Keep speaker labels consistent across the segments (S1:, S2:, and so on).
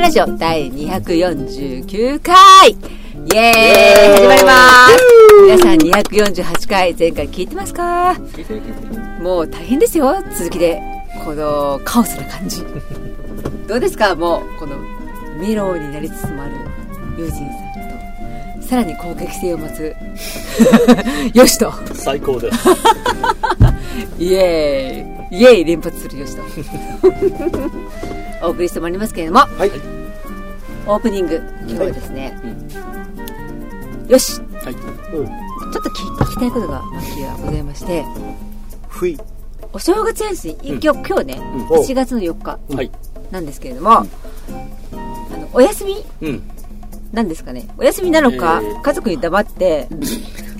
S1: ラジオ第249回イエーイ始まります皆さん248回前回聞いてますか
S2: 聞いてる聞いてる
S1: もう大変ですよ続きでこのカオスな感 じどうですかもうこのミローになりつつもある友人さんとさらに攻撃性を持 つよしと
S2: 最高です。
S1: イエーイイエーイ連発するよし とお送りしてまいりますけれども
S2: はい。
S1: オープニング今日はですね、よしちょ
S2: はい。
S1: っと聞聞きたいことがマッキーはございまして
S3: ふい。
S1: お正月休み、今日今日ね、
S2: うん
S3: お
S1: 7月の4日
S2: はい。
S1: なんですけれども、あのお休み
S2: うん。
S1: なんですかねお休みなのか、
S2: えー
S1: 家族に黙って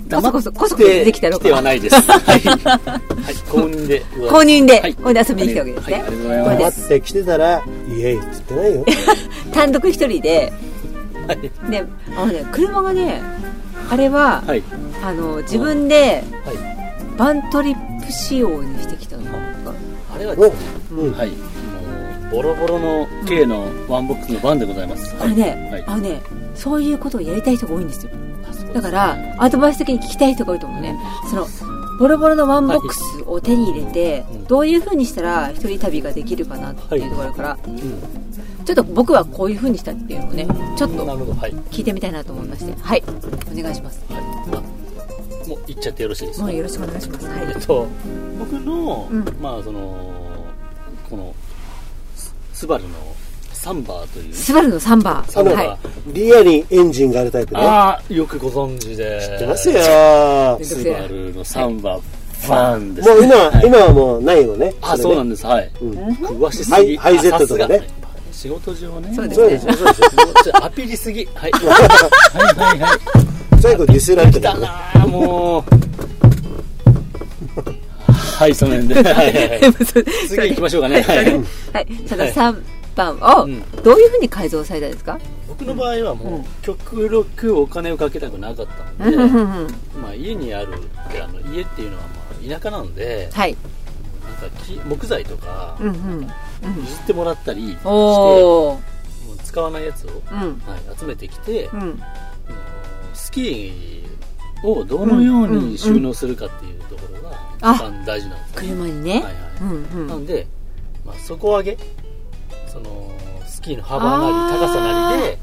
S1: こそこそこそこそ
S2: で
S1: 出てきたの
S2: 来ては
S1: か
S2: ない です。はい。はい。公認で。
S1: 公認で、
S2: はい
S1: これで遊びに来たわけですね、
S2: はいありがとうござい
S1: これで
S3: 待って来てたら、イエイって言ってないよ。
S1: 単独一人で、ねあのね車がねあれは、
S2: はい。
S1: あの自分で
S2: はい。
S1: バントリップ仕様にしてきたの
S2: あれは、
S3: おうん。
S2: はい。もう、ボロボロの K のワンボックスの番でございます。
S1: これね、
S2: はい。
S1: あのねそういうことをやりたい人が多いんですよ
S2: はい
S1: だから、アドバイス的に聞きたい人が多いと思うねそのボロボロのワンボックスを手に入れて、
S2: いうん
S1: どういう風にしたら一人旅ができるかなっていうところから、
S2: うん。
S1: ちょっと僕はこういう風にしたっていうのをねちょっ
S2: なる
S1: と
S2: ほど。はい。
S1: 聞いてみたいなと思いましてはいお願いします
S2: はい。あもう、行っちゃってよろしいです
S1: も
S2: か
S1: うよろしくお願いしますは
S2: え
S1: い
S2: っと、僕の、
S1: うん
S2: まあ、その、この、ススバルのサンバーという。
S1: スバルの3番
S2: サンバー。
S1: はい
S3: リアにエンジンがあるタイプね。や
S2: ああ、よくご存知で。知っ
S3: ってますよ。
S1: めんどく
S2: ス
S1: せえ
S2: バルのサンバ、バーンです、
S3: もう今は、
S2: はい
S3: 今はもうないよね。
S2: あ、そうなん
S3: だ。
S2: です。はい。
S3: うん
S2: 詳しすぎ。
S3: ハイハイゼットとかね
S2: あさすがはい仕事上ね。
S1: そうです
S3: そうです、そうです。
S2: す。アピりすぎ。はい。はいはいはい。
S3: 最後ディスられて
S2: 来
S3: るか
S2: た
S3: らね。
S2: なあもう。はい、その辺で。はいはいはい 次行きましょうかね。はい。
S1: はい、その3番を
S2: うん
S1: どういう風に改造されたんですか、
S2: 僕の場合は
S1: う
S2: も
S1: ん
S2: う、極力お金をかけたくなかった
S1: うん
S2: の
S1: う
S2: で、
S1: んうん
S2: まあ家にある、あの家っていうのはまあ田舎なんで、
S1: はい、
S2: なんか木木材とか
S1: うんうんうん、
S2: 譲ってもらったりして、も
S1: おお
S2: う使わないやつを、
S1: うん
S2: はい、集めてきて、
S1: うん
S2: あのスキーをどのように収納するかっていうところが一
S1: あ
S2: 番大事なんですね。
S1: 車にね、
S2: はいはい
S1: うんうん
S2: なんで、まあ、底上げそのスキーの幅なり高さなりで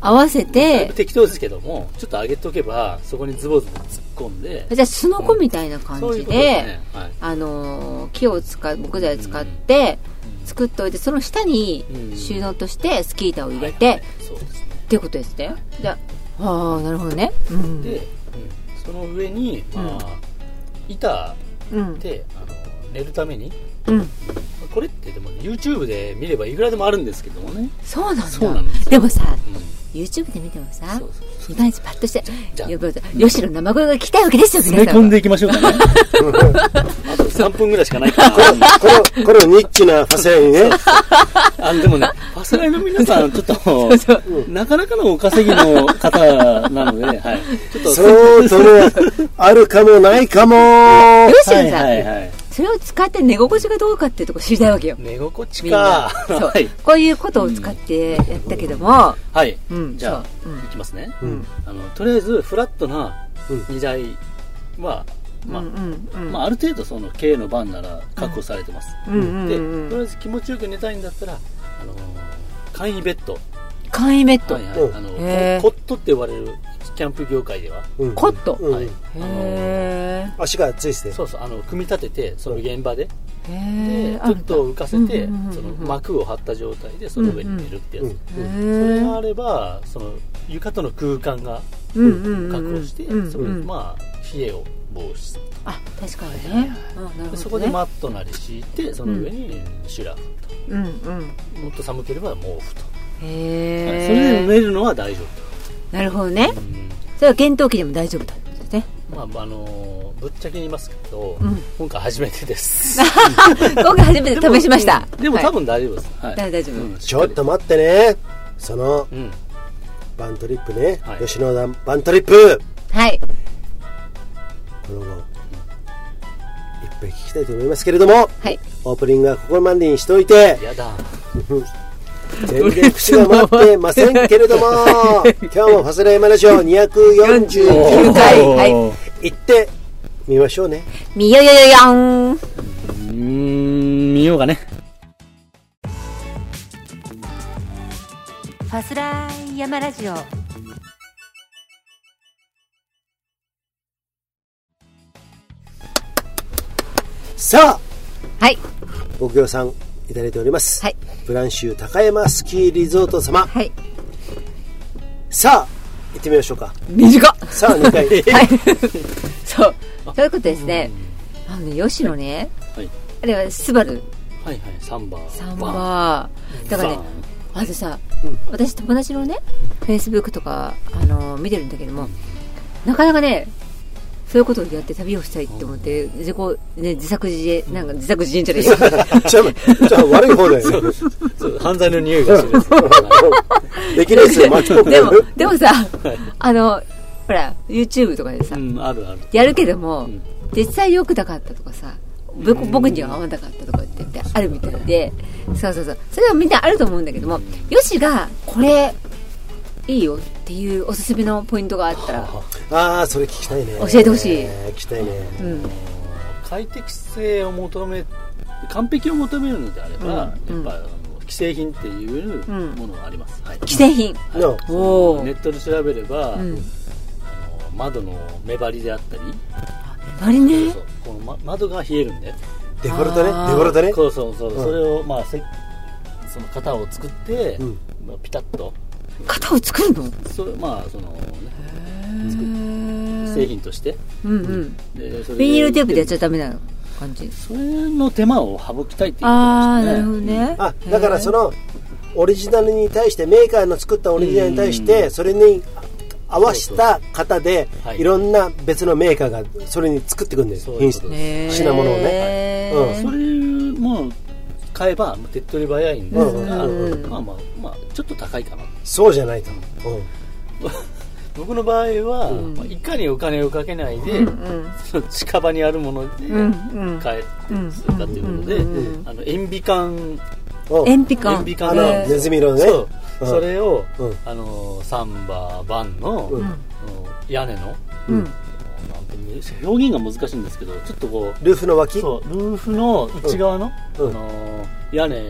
S1: 合わせ
S2: だい
S1: て
S2: ぶ適当ですけどもちょっと上げとけばそこにズボズボ突っ込んで
S1: じゃあすのこみたいな感
S2: そうい
S1: じ
S2: うことです
S1: で
S2: ね、はい
S1: あのー木を使う木材を使って作っておいてその下に
S2: うん
S1: 収納としてスキー板を入れ
S2: は
S1: て
S2: いそうですね
S1: っていうことですねじゃあああなるほどねうん
S2: で、その上に、まあ板
S1: うん
S2: であの寝るために
S1: うん
S2: これってでも YouTube で見ればいくらでもあるんですけどもね、
S1: そうなん
S2: そう
S1: だ
S2: なんですよ
S1: でもさ
S2: うん
S1: YouTube で見てもさ
S2: そうそう
S1: いまいちパッとして
S2: じゃあ
S1: よく吉野生声が来たいわけですよ
S2: 詰め込ん
S1: で
S2: でいきましょうかねあと3分ぐらいしかないか な
S3: この、このニッチなファセにね、
S2: あでもねファスナイの皆さんちょっとなかなかのお稼ぎの方なので、はい、ちょっと
S3: そうとね、あるかもないかも。
S1: 吉
S2: は
S1: 野
S2: い
S1: さ
S2: は
S1: ん
S2: いはい
S1: それを使って寝心地がどうかっていうとこ知りたいわけよ
S2: 寝心地
S1: みんな
S2: か
S1: そう
S2: はい、
S1: こういうことを使ってやったけども
S2: はい
S1: うん
S2: じゃあ、
S1: そううん
S2: いきますね
S3: うん。
S2: あのとりあえずフラットな
S3: うん
S2: 荷台は、まあ
S1: うんうんうん
S2: まあ、ある程度その軽の番なら確保されてます、
S1: うんうん
S2: で
S1: うん
S2: とりあえず気持ちよく寝たいんだったら、あのー簡易ベッド、
S1: 簡易ベッド
S2: はいはい
S3: うん
S2: あの
S1: へー
S2: ココットって呼ばれるキャンプ業界では、
S3: うん
S1: コット
S3: うん
S2: はい
S1: へ
S3: 足がついてて。
S2: そうそうあの組み立ててその現場で,、
S1: え
S2: でちょっと浮かせて、
S1: うんうんうんうん
S2: その膜を張った状態でその上に寝るってやつ、
S3: うん。うん
S2: それ
S1: へ
S2: があればその床との空間が確保して、そこで
S1: あ
S2: まあ冷えを防止する
S1: あ確かにねうんなるほどね
S2: でそこでマットなり敷いてその上にシュラフ
S1: うんうん
S2: ともっと寒ければ毛布と、
S1: へえ
S2: それで寝るのは大丈
S1: なるほどね
S2: 夫、うん
S1: それは厳冬期でも大丈夫だってことですね
S2: まああのーぶっちゃけ言いますけど、
S1: うん
S2: 今回初めてです
S1: 今回初めて試しました
S2: でも
S1: はい
S2: 多分大丈夫です、はい
S1: 大大丈夫
S2: うん
S3: ちょっと待ってね。その、
S2: うん
S3: バントリップね。
S2: はい
S3: 吉野田バントリップ。
S1: はい
S3: この後、いっぱい聞きたいと思いますけれども、
S1: はい
S3: オープニングはここまでにしておいて、
S2: やだ
S3: 全然口が回ってませんけれども、今日もファスレーマラジオ249
S1: 49
S3: 回、
S1: 回はい
S2: おー
S3: 行ってみましょうね。
S1: みよよよよん
S2: うーん、見ようがね。
S4: ファスライヤマラジオ
S3: さあ、
S1: はい
S3: ご協賛いただいております。
S1: はい
S3: ブランシュ高山スキーリゾート様。
S1: はい
S3: さあ、行ってみましょうか。
S1: 短っ
S3: さあ、2回。
S1: はい。そう。そういうことですね。あのね、吉野ね、
S2: はい。
S1: あれはスバル
S2: はいはい、サンバ。
S1: さん
S2: バ
S1: は、
S2: ン
S1: だからね
S2: バ、ン
S1: あとさ
S3: うん、
S1: 私友達のね、フェイスブックとか、あの、見てるんだけども、なかなかね、そういうことをやって旅をしたいって思って、自己、ね、自作自演、なんか自作自演じゃないよ。
S3: ちょっと、ちょっと悪い方だよね。
S2: そう犯罪の匂いがする。
S3: できないですよ、巻き込む。
S1: でも、でもさ、あの、ほら、YouTube とかでさ
S2: う、ん、あるある。
S1: やるけども、
S2: うん
S1: 実際良くなかったとかさ僕僕には合わなかったとかって言ってあるみたいでそうそうそうそれはみんなあると思うんだけどもよしがこれいいよっていうおすすめのポイントがあったら、
S3: ああ、それ聞きたいね。
S1: 教えてほしい
S3: えー聞きたいね。
S1: うん、
S2: 快適性を求め完璧を求めるのであれば、やっぱ、
S1: うん
S2: あの既製品っていうものがあります、はい、
S1: 既製品
S3: なあ
S1: お
S2: ネ
S1: ー
S2: ットで調べれば、
S1: うん
S2: あの窓の目張りであったり、
S1: あれ
S2: そう
S1: ね
S2: そうこの、ま、窓が冷えるんで、
S3: デフォルトね、デフ
S1: あー
S3: ォルトね。
S2: そうそうそう、
S3: うん
S2: それをまあせその型を作って、
S3: うん
S2: まあ、ピタッと
S1: 型を作るの
S2: それまあその、ね、製
S1: へ
S2: 品として
S1: うんうん
S2: でそれ
S1: ビニールテープでやっちゃダメな感じ
S2: それの手間を省きたいっていう
S1: ああ
S2: こと
S1: な
S2: で
S1: る
S2: す
S1: ほど
S2: ね
S1: ね
S3: あ、だからその、オリジナルに対して、メーカーの作ったオリジナルに対して、それに合わせた型で
S2: そうは、い
S3: いろんな別のメーカーがそれに作ってくるんだ
S2: そう
S3: よ、
S2: いう
S3: 品
S2: こと。
S3: 質
S2: です
S1: ね
S3: 品物をね
S1: ね
S3: はいうん
S2: それも買えば手っ取り早いんですが、
S3: うん
S1: うんうん
S2: まあまあまあちょっと高いかな
S3: そうじゃないと。うん。
S2: 僕の場合は、
S1: うん
S2: まあいかにお金をかけないで、
S1: うん
S2: その近場にあるもので
S1: うんうん
S2: 買え
S1: うん
S2: するかっていうことで、
S1: うんうん
S2: あの塩ビ缶
S3: うん
S1: 鉛筆感
S2: 鉛筆
S3: あ
S2: 缶
S3: の
S1: へー、
S3: ネズミ色のね。
S2: そう、
S3: うん
S2: それを、
S3: うん
S2: あのサンババンの,、
S3: うん
S2: 屋根の
S1: うん
S2: なんていうの表現が難しいんですけどちょっとこう
S3: ルーフの脇
S2: そうルーフの内側の、
S3: うん
S2: あの屋根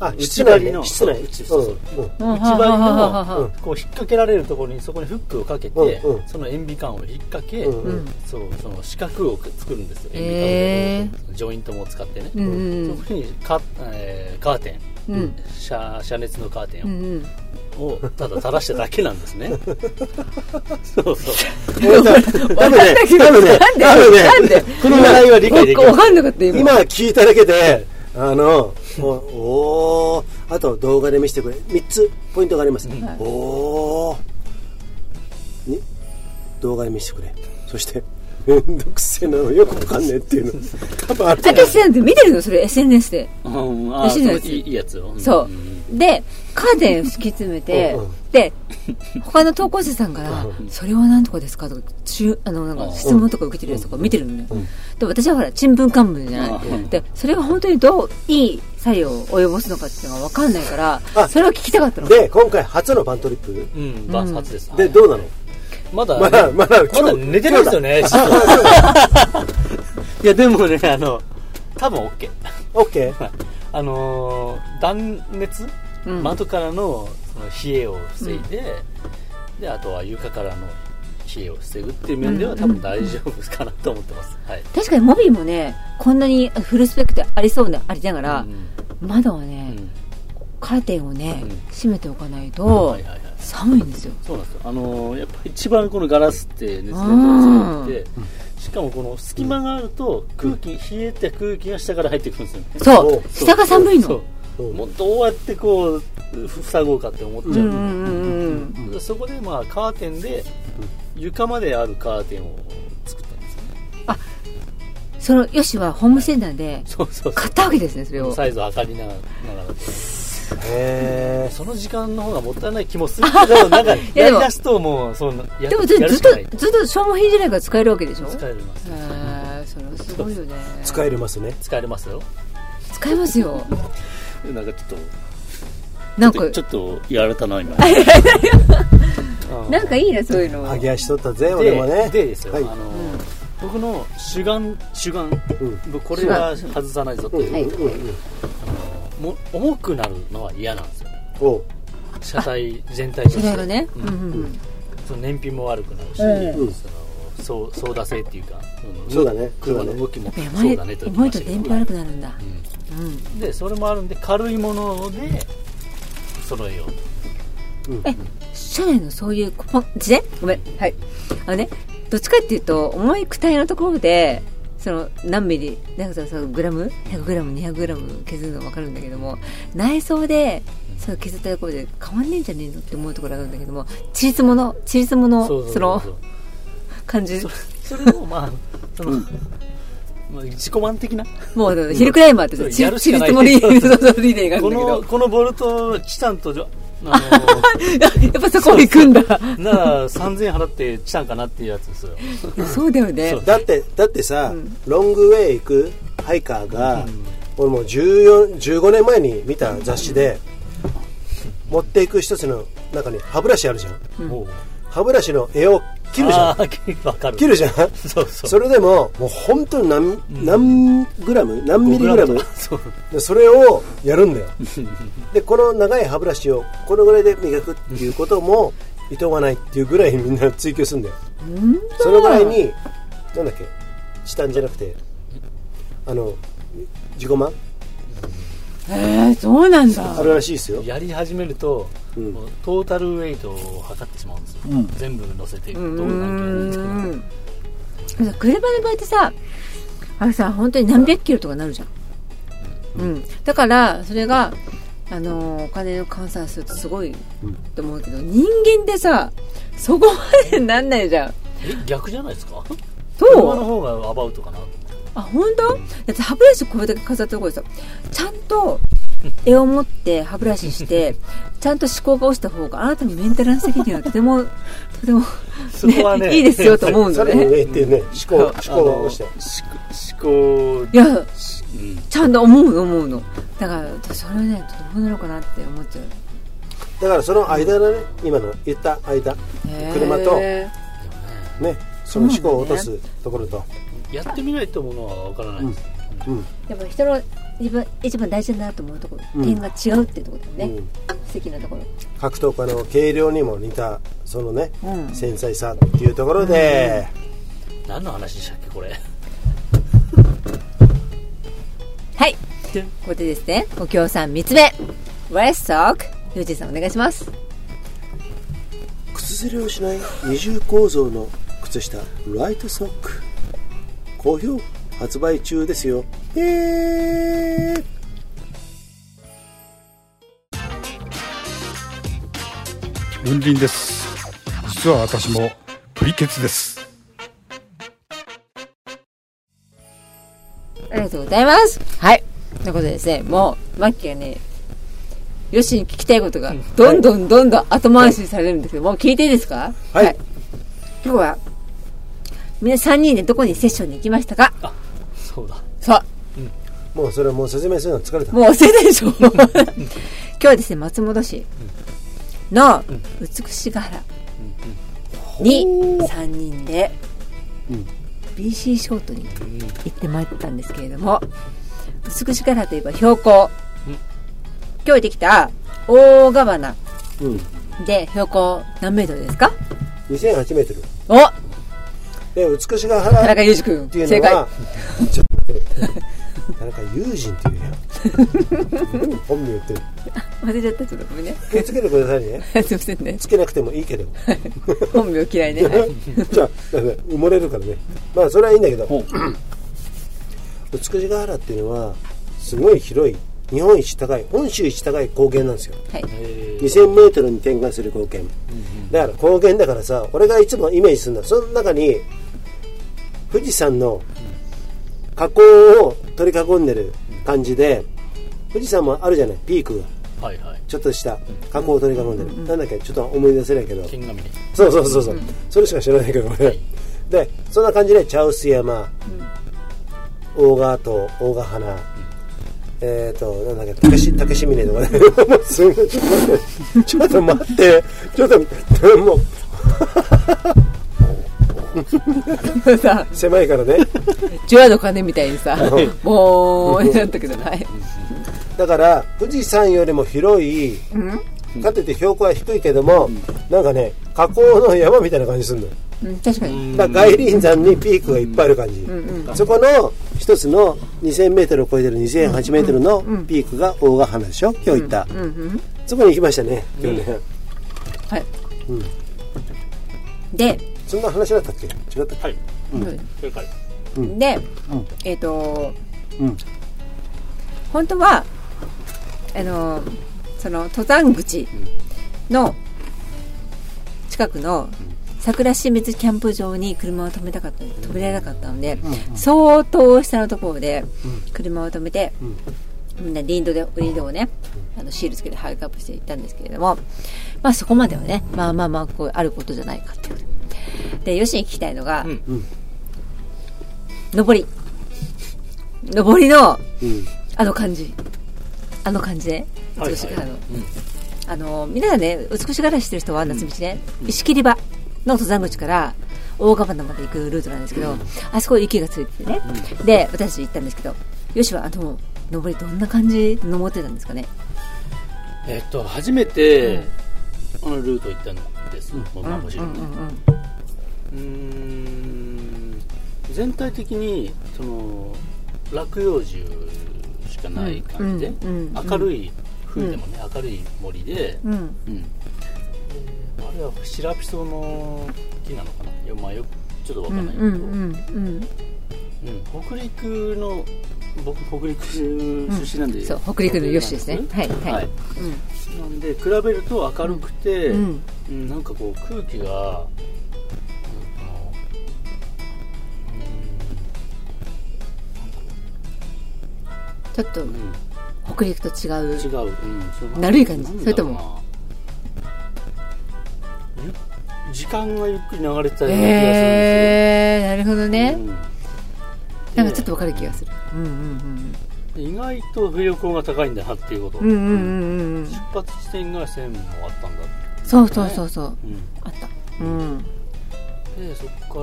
S3: あ、
S2: 内張
S3: 室内
S2: り
S3: ね
S2: の
S3: 室内。
S2: 内そうそう
S3: うんうん
S1: うん
S2: 内張り
S3: う
S2: の
S3: ん
S2: こう引っ掛けられるところにそこにフックをかけて、
S3: うんうん
S2: その塩ビ管を引っ掛け、
S3: うん
S1: うん
S2: そうその四角を作るんですよ塩ビ管で、
S1: へー
S2: ジョイントも使ってね、
S1: うん
S2: そこにカ,、えーカーテン
S1: うん
S2: 遮遮熱のカーテ
S1: うんう
S2: ン
S1: ん
S2: をただ垂らしただけなんですねそうそう
S3: 多分ね、多
S1: な
S3: 分ね
S1: ん、で
S3: 多分
S1: なん
S3: ね
S1: で、
S3: この笑いは
S1: わ
S3: 理解できる
S1: わ。かんなかった今
S3: 今聞いただけで、あの、おおーあと動画で見せてくれ。3つポイントがあります。おおーに動画で見せてくれ。そして、 めんどくせえなよくわかんねえっていうの。多分あると思う
S1: 私なんて見てるのそれ SNS で
S2: うんあー
S1: 吉野
S2: そう
S1: です
S2: いいいいやつをん
S1: そ
S2: ん
S1: うでカーテンを敷き詰めて
S3: うんうん
S1: で他の投稿者さんから
S3: う
S1: 「それは何とかですか?」とか中あのなん
S2: うん
S1: か質問とか受けてるやつとか見てるのね
S3: うん
S1: で私はほらちんぷんかんぷんじゃな
S2: う
S1: い
S2: ん
S1: でそれが本当にどういい作用を及ぼすのかっていうのがわかんないから
S3: あ
S1: それを聞きたかったの
S3: で、今回初のバントリップ。
S2: うん、バツ発です、
S3: で、どうなの
S2: まだ、
S3: まだ、まだ、
S2: まだ
S3: 今日
S2: 寝てるんですよね。実は いや、でもね、あの、多分 OK。
S3: オッケー
S2: あのー断熱、
S1: うん
S2: 窓からのその冷えを防いで、で、あとは床からの冷えを防ぐっていう面では多分大丈夫かなと思ってます。はい。
S1: 確かにモビーもねこんなにフルスペックでありそうでありながら
S2: うん
S1: 窓は
S2: う
S1: ね
S2: ん
S1: カーテンをね
S2: うん
S1: 閉めておかない
S2: は
S1: と
S2: いはいはい。
S1: 寒いんですよ
S2: そうなんですよ。あのーやっぱ一番このガラスって熱伝導が強くて、しかもこの隙間があると空気、冷えた空気が下から入ってくるんですよね。
S1: そう
S3: そう
S1: 下が寒いの
S2: そう
S3: うん
S2: もうどうやってこう塞ごうかって思っちゃう、
S1: うんうんうんうん
S2: でそこでまあカーテンで床まであるカーテンを作ったんですよね
S1: そのよしはホームセンターで
S2: そうそう
S1: 買ったわけですねそれ
S2: そう
S1: を
S2: サイズを測りながらで
S3: へ
S2: その時間の方がもったいない気もする けどなんか
S1: や
S2: や
S1: で
S2: り
S1: も
S2: だすともうそのや
S1: でもず
S2: やる
S1: っ
S2: しかない
S1: とずっと消耗品じゃないから使えるわけでしょ
S2: 使えます
S1: へーそれはすごいよね
S3: ー使えるますね。
S2: 使えますよ
S1: 使えますよ
S2: なんかちょっと
S1: なんか
S2: ちょっとやられたな今
S1: なんかいいなそういうの
S3: 揚げ足取ったぜ
S2: で
S3: 俺もね
S2: でですよ、
S3: はい
S2: あの僕の主眼主眼、
S3: うん
S2: 僕これは外さないぞっていう、
S1: はい
S3: うんうんうん
S2: も重くなるのは嫌なんですよ
S3: おう
S2: 車体全体として
S1: いろいろね
S2: う
S1: うんんうん
S2: その燃費も悪くなるし、
S1: うん
S3: うん
S2: そのそうそうだ性っていうか、ん
S3: そうだね
S2: 車の動きも
S1: やっぱ
S2: そう
S1: り
S2: だねと言って
S1: 重い
S2: ま
S1: と
S2: したけど
S1: 電波悪くなるんだ
S2: うん
S1: うん
S2: でそれもあるんで軽いもので揃えよう
S1: え社内のそういうこ自然ごめんはいあのねどっちかっていうと重い躯体のところでその何ミリなんかさそうグラム100グラム200グラム削るの分かるんだけども内装でそう削ったところで変わんねえんじゃねえのって思うところがあるんだけどもちりつものちりつもの
S2: そう
S1: そ
S2: そうそう
S1: の
S2: そう
S1: 感じ
S2: それをまあその、まあ、自己満的な
S1: もうヒルクライマーって
S2: そう
S1: ち
S2: や
S1: り
S2: る
S1: ち
S2: し
S1: り
S2: かない
S1: つもりそうそうリレーがある
S2: こ
S1: んだけ
S2: の
S1: ど
S2: このボルトチタンとじょあの
S1: やっぱそこ行くんだ
S2: なら3000円払ってチタンかなっていうやつですよ
S1: そうだよね
S2: そう
S3: だってだってさ、ロングウェイ行くハイカーが、俺もう14 15年前に見た雑誌で、持っていく一つの中に歯ブラシあるじゃん
S2: もう
S3: 歯ブラシの柄を切るじゃん
S2: あーわかる
S3: 切るじゃん
S2: そう そう
S3: それでももう本当に何,、何グラム何ミリグラム
S2: そう
S3: でそれをやるんだよでこの長い歯ブラシをこのぐらいで磨くっていうこともいとわないっていうぐらいみんな追求するんだよそのぐらいになんだっけしたんじゃなくてあの自己満
S1: えー、そうなんだ
S3: あるらしいですよ
S2: やり始めると、
S3: うん
S2: もうトータルウェイトを測ってしまうんですよ、全部乗せてど
S1: う
S2: うなんけ
S1: ーん車の場合ってさあれさ本当に何百キロとかなるじゃん、うん、だからそれがあのーお金を換算するとすごいと思うけど、人間ってさそこまでなんないじゃん
S2: え逆じゃないですか車の
S1: そう
S2: 方がアバウトかな
S1: あ本当だって歯ブラシこれだけ飾ったところでさちゃんと絵を持って歯ブラシしてちゃんと思考が落ちた方があなたのメンテナンス的にはとてもとても、
S2: そこは ね
S1: いいですよと思 うん
S3: さ
S1: だ
S3: らに
S1: ね
S3: 上っていうね思考思考を押し
S2: 思
S3: て
S2: 考
S1: いや
S2: うん
S1: ちゃんと思うの思うのだからそれはねどうなのかなって思っちゃう
S3: だからその間だね今の言った間車と
S1: へ
S3: ねその思考を落とすところと
S2: やってみないとものはわからないです、
S3: うん
S1: ーやっぱ人の自分一番大事だなと思うところ、
S3: うん
S1: 点が違うってところだよね、
S3: うん
S1: 素敵なところ
S3: 格闘家の軽量にも似たそのね、
S1: うん
S3: 繊細さっていうところで、
S2: 何の話でしたっけこれ
S1: はい
S2: で
S1: ここでですねご協賛3つ目 Let's talk ゆうじさんお願いします
S3: 靴擦れをしない二重構造の靴下ライトソック好評発売中ですよえー
S5: ルンリンです実は私もプリケツです
S1: ありがとうございますはいということでですねもうマッキーがねよしに聞きたいことがどんどんどんどん後回しにされるんですけど、もう聞いていいですか
S3: はい
S1: 今日は皆3人でどこにセッションに行きましたか
S2: そうだ
S1: そう
S3: もうそれはもう説明するの疲れた
S1: もう忘れたでしょ 今日はですね松本市の美しが原に3人で BC ショートに行ってまいったんですけれども美しが原といえば標高今日できた大川原
S3: うん
S1: で標高何メートルですか
S3: 2008メートル
S1: お
S3: で美しが
S1: 田
S3: 原っ
S1: 中裕二君
S3: ていう
S1: 正
S3: の
S1: 解
S3: はちょっと待って田中友人っていうやん何 本名言ってる
S1: 忘れちゃったちょっとごめんね
S3: 気をつけてくださいね
S1: すいませんね
S3: つけなくてもいいけど
S1: 本名嫌いね、はい
S3: じゃあだから埋もれるからねまあそれはいいんだけど 美しが原っていうのはすごい広い日本一高い本州一高い高原なんですよ
S1: はい
S2: えー
S3: 2000m に転換する高原だから高原だからさ俺がいつもイメージするのはその中に富士山の河口を取り囲んでる感じで富士山もあるじゃないピークが
S2: はいはい
S3: ちょっとした河口を取り囲んでる、なんだっけちょっと思い出せないけど
S2: 金ヶ峰
S3: そうそうそうそう、それしか知らないけど俺、
S2: はい
S3: でそんな感じで茶臼山、大川と大ヶ花、えっ、ー、と、なんだっけ、たけし、たけしみねとかね。 もうすぐちょっと待って、ちょっと、もう、
S1: もうさ
S3: 狭いからね。
S1: ジュアの鐘みたいにさもうなったけどはい
S3: だから、富士山よりも広い、かといって標高は低いけども、なんかね、河口の山みたいな感じするのよ。
S1: うん確かに
S3: だから外輪山にピークがいっぱいある感じ、そこの一つの 2000m を超えてる 2008m のピークが大ヶ花でしょ今日行った、そこに行きましたね今日ね、
S1: はいで
S3: そんな話だったっけ違ったっ
S2: はいそれから
S1: でえっと
S3: うん
S1: 本当はあのその登山口の近くの桜清水キャンプ場に車を止めたかった止められなかったので、相当下のところで車を止めて、みんなリンドでリンドをねあのシールつけてハイカップしていったんですけれども、まあ、そこまではねまあまあまあこうあることじゃないかっていうことでよしに聞きたいのが、
S2: うん
S1: 上り上りの
S3: けうん
S1: あの感じ。あの感じね。
S2: はい
S1: 美しい
S2: はい
S1: あの、あの、皆さんね、美しがらしてる人は夏道ね、石切り場の登山口から大川花まで行くルートなんですけど、あそこ雪がついててね。で、私行ったんですけど、よしは、あの、登りどんな感じで登ってたんですかね。
S2: えっと初めてこのルート行ったんです、僕はもちろんねうーん全体的にその落葉樹しかない感じで、
S1: うんうんうん
S2: 明るい冬でもね、明るい森で、
S1: うん。
S2: うんあれはシラピソの木なのかないや、まあ、よくちょっとわか
S1: うんん
S2: ない
S1: う
S2: けど、
S1: んうん
S2: うん北陸の僕北陸出身なんで、
S1: うん。そう、北陸のよしですね。はい、
S2: はい、
S1: はい。
S2: なんで比べると明るくて、
S1: うん
S2: うんなんかこう空気が、
S1: ちょっと
S2: うんうん
S1: 北陸と違う。
S2: 違う、うんそれは
S1: なるい感じ
S2: なんだろうな
S1: それとも
S2: ゆ時間がゆっくり流れてたような気がするんで
S1: えー、なるほど
S2: すよ、
S1: ね。
S2: うん
S1: なんかちょっとわかる気がする。うんうん
S2: で意外と浮力が高いんだなっていうこと、
S1: うん。うんうんうんうん。
S2: 出発地点が1000もあったんだ、
S1: そうそうそうそう、あったうん
S2: うんでそこ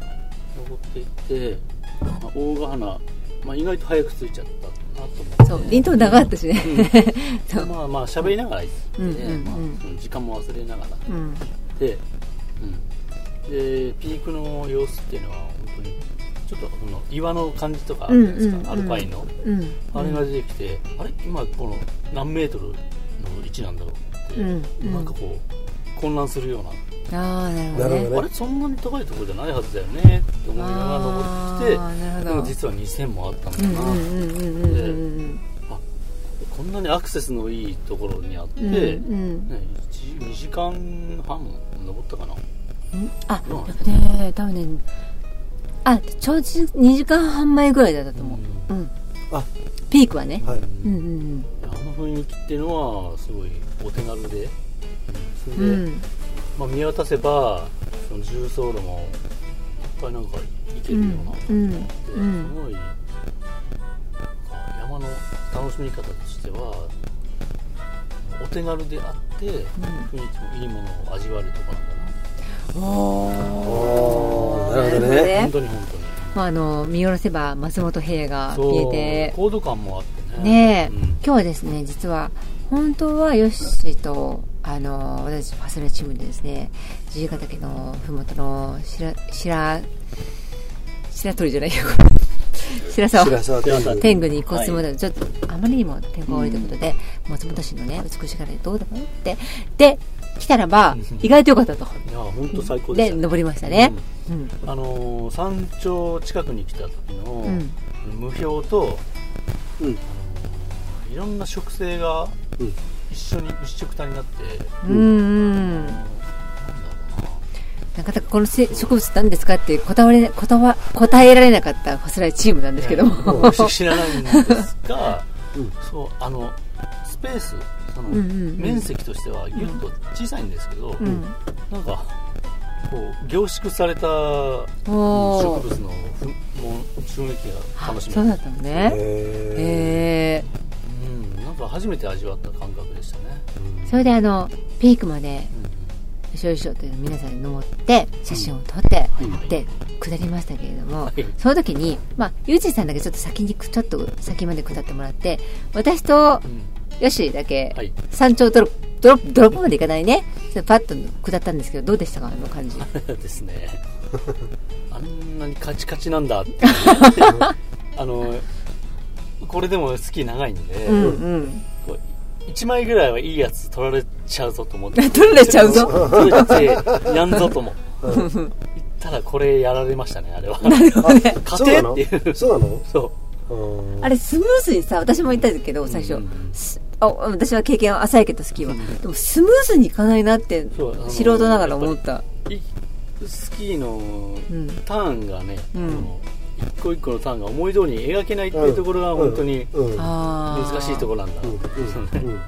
S2: から登っていって、まあ大ヶ花、まあ、意外と早く着いちゃったなと思って
S1: そう凛と長かったしね、そう
S2: まあまあ喋りながら行って
S1: う
S2: ね、
S1: んうんうん
S2: まあ、時間も忘れながら
S1: うん、
S2: で,、うん、でピークの様子っていうのは本当にちょっとこの岩の感じとかあるじゃないです
S1: う
S2: か、
S1: んうんうん
S2: アルパインの、
S1: うん
S2: あれが出てきて、あれ今この何メートルの位置なんだろうって、
S1: うんうん
S2: なんかこう混乱するような、
S1: ああなるほど
S3: なる
S1: ね
S3: ほどね
S2: あれそんなに高いところじゃないはずだよねって思いながら
S1: あ
S2: 登ってきて
S1: ーなる
S2: で
S1: ほど
S2: も実は2000もあったんだ
S1: うん
S2: な、
S1: うんうんうんうん
S2: こんなにアクセスのいいところにあって、
S1: うんうん
S2: ね、1 2時間半登ったかな
S1: あ
S2: うん
S1: で多分ねあちょうど2時間半前ぐらいだったと思ううん
S3: あ
S1: ピークはね
S3: はい
S1: うんうん
S2: あの雰囲気っていうのはすごいお手軽でそれ
S1: う
S2: で、
S1: んうん
S2: まあ、見渡せばその重曹路もいっぱいなんか行け
S1: う
S2: るようんな、
S1: うん
S2: で
S1: うん
S2: すごいなんか山の楽しみ方としてはお手軽であって、雰囲気もいいものを味わえるとこなんだな、
S3: おーなるほど
S1: なるほど
S3: ね
S1: ね
S2: 本当に本当に
S1: まああの見下ろせば松本平が見えて
S2: 高度感もあってね
S1: ねえ、
S2: うん
S1: 今日はですね実は本当はヨッシーとあの私ファスナーチームでですね自由ヶ岳のふもとの白白白鳥じゃないよ 白沢
S3: 白沢天狗
S1: 天狗に行こうつもりだちょっとあまりにも天候が多いということで、松本市のね美しがらどうだろうってで来たらば意外とよかったと
S2: いや本当最高でし
S1: で
S2: た、
S1: 登りましたねうん
S2: あのー山頂近くに来た時の、
S1: うん
S2: 無標と、
S3: うん
S2: あのーいろんな植生が
S3: うん
S2: 一緒に一色体になって、
S1: うんうんなかなかこのせ植物なんですかって答われこだわ答えられなかったファスライチームなんですけども、
S2: もう知らないんです が、
S3: うん
S2: そうあのスペースその、
S1: んうんうん
S2: 面積としてはぎゅっと小さいんですけど、
S1: うん
S2: なんかこう凝縮された植
S1: おー
S2: 物のふもう衝撃が楽し
S1: そう
S2: め
S1: だ
S2: る
S1: ったのね
S3: え
S1: へえ
S2: うんなんか初めて味わった感覚でしたね、
S1: それであのピークまで
S2: うん
S1: よしょよしょっていうの皆さんに登って写真を撮って
S2: うんはい
S1: で下りましたけれども、
S2: はい
S1: その時にまあユージさんだけちょっと先にちょっと先まで下ってもらって私と
S2: うん
S1: よしだけ
S2: はい
S1: 山頂ドロップドロップドロップまで行かないねそれパッと下ったんですけどどうでしたかあの 感じ
S2: です ねあんなにカチカチなんだってあのこれでもスキー長いんで、
S1: うんうん
S2: こう1枚ぐらいはいいやつ取られちゃうぞと思って
S1: 取られちゃうぞ
S2: 取られ てやんぞともただこれやられましたねあれは
S3: ー
S2: 勝てっていう
S3: そうなの
S2: そう
S3: そうなの
S1: あれスムースにさ私も言ったんですけど最初、
S2: うん
S1: すあ私は経験は浅いけどスキーは、でもスムースにいかないなって
S2: そうあの
S1: 素人ながら思った
S2: いスキーの
S1: うん
S2: ターンがね、
S1: うん
S2: その一個一個のターンが思い通りに描けないっていうところが本当に
S3: うんうん
S1: あー
S2: 難しいところなんだ、
S3: うんうんうん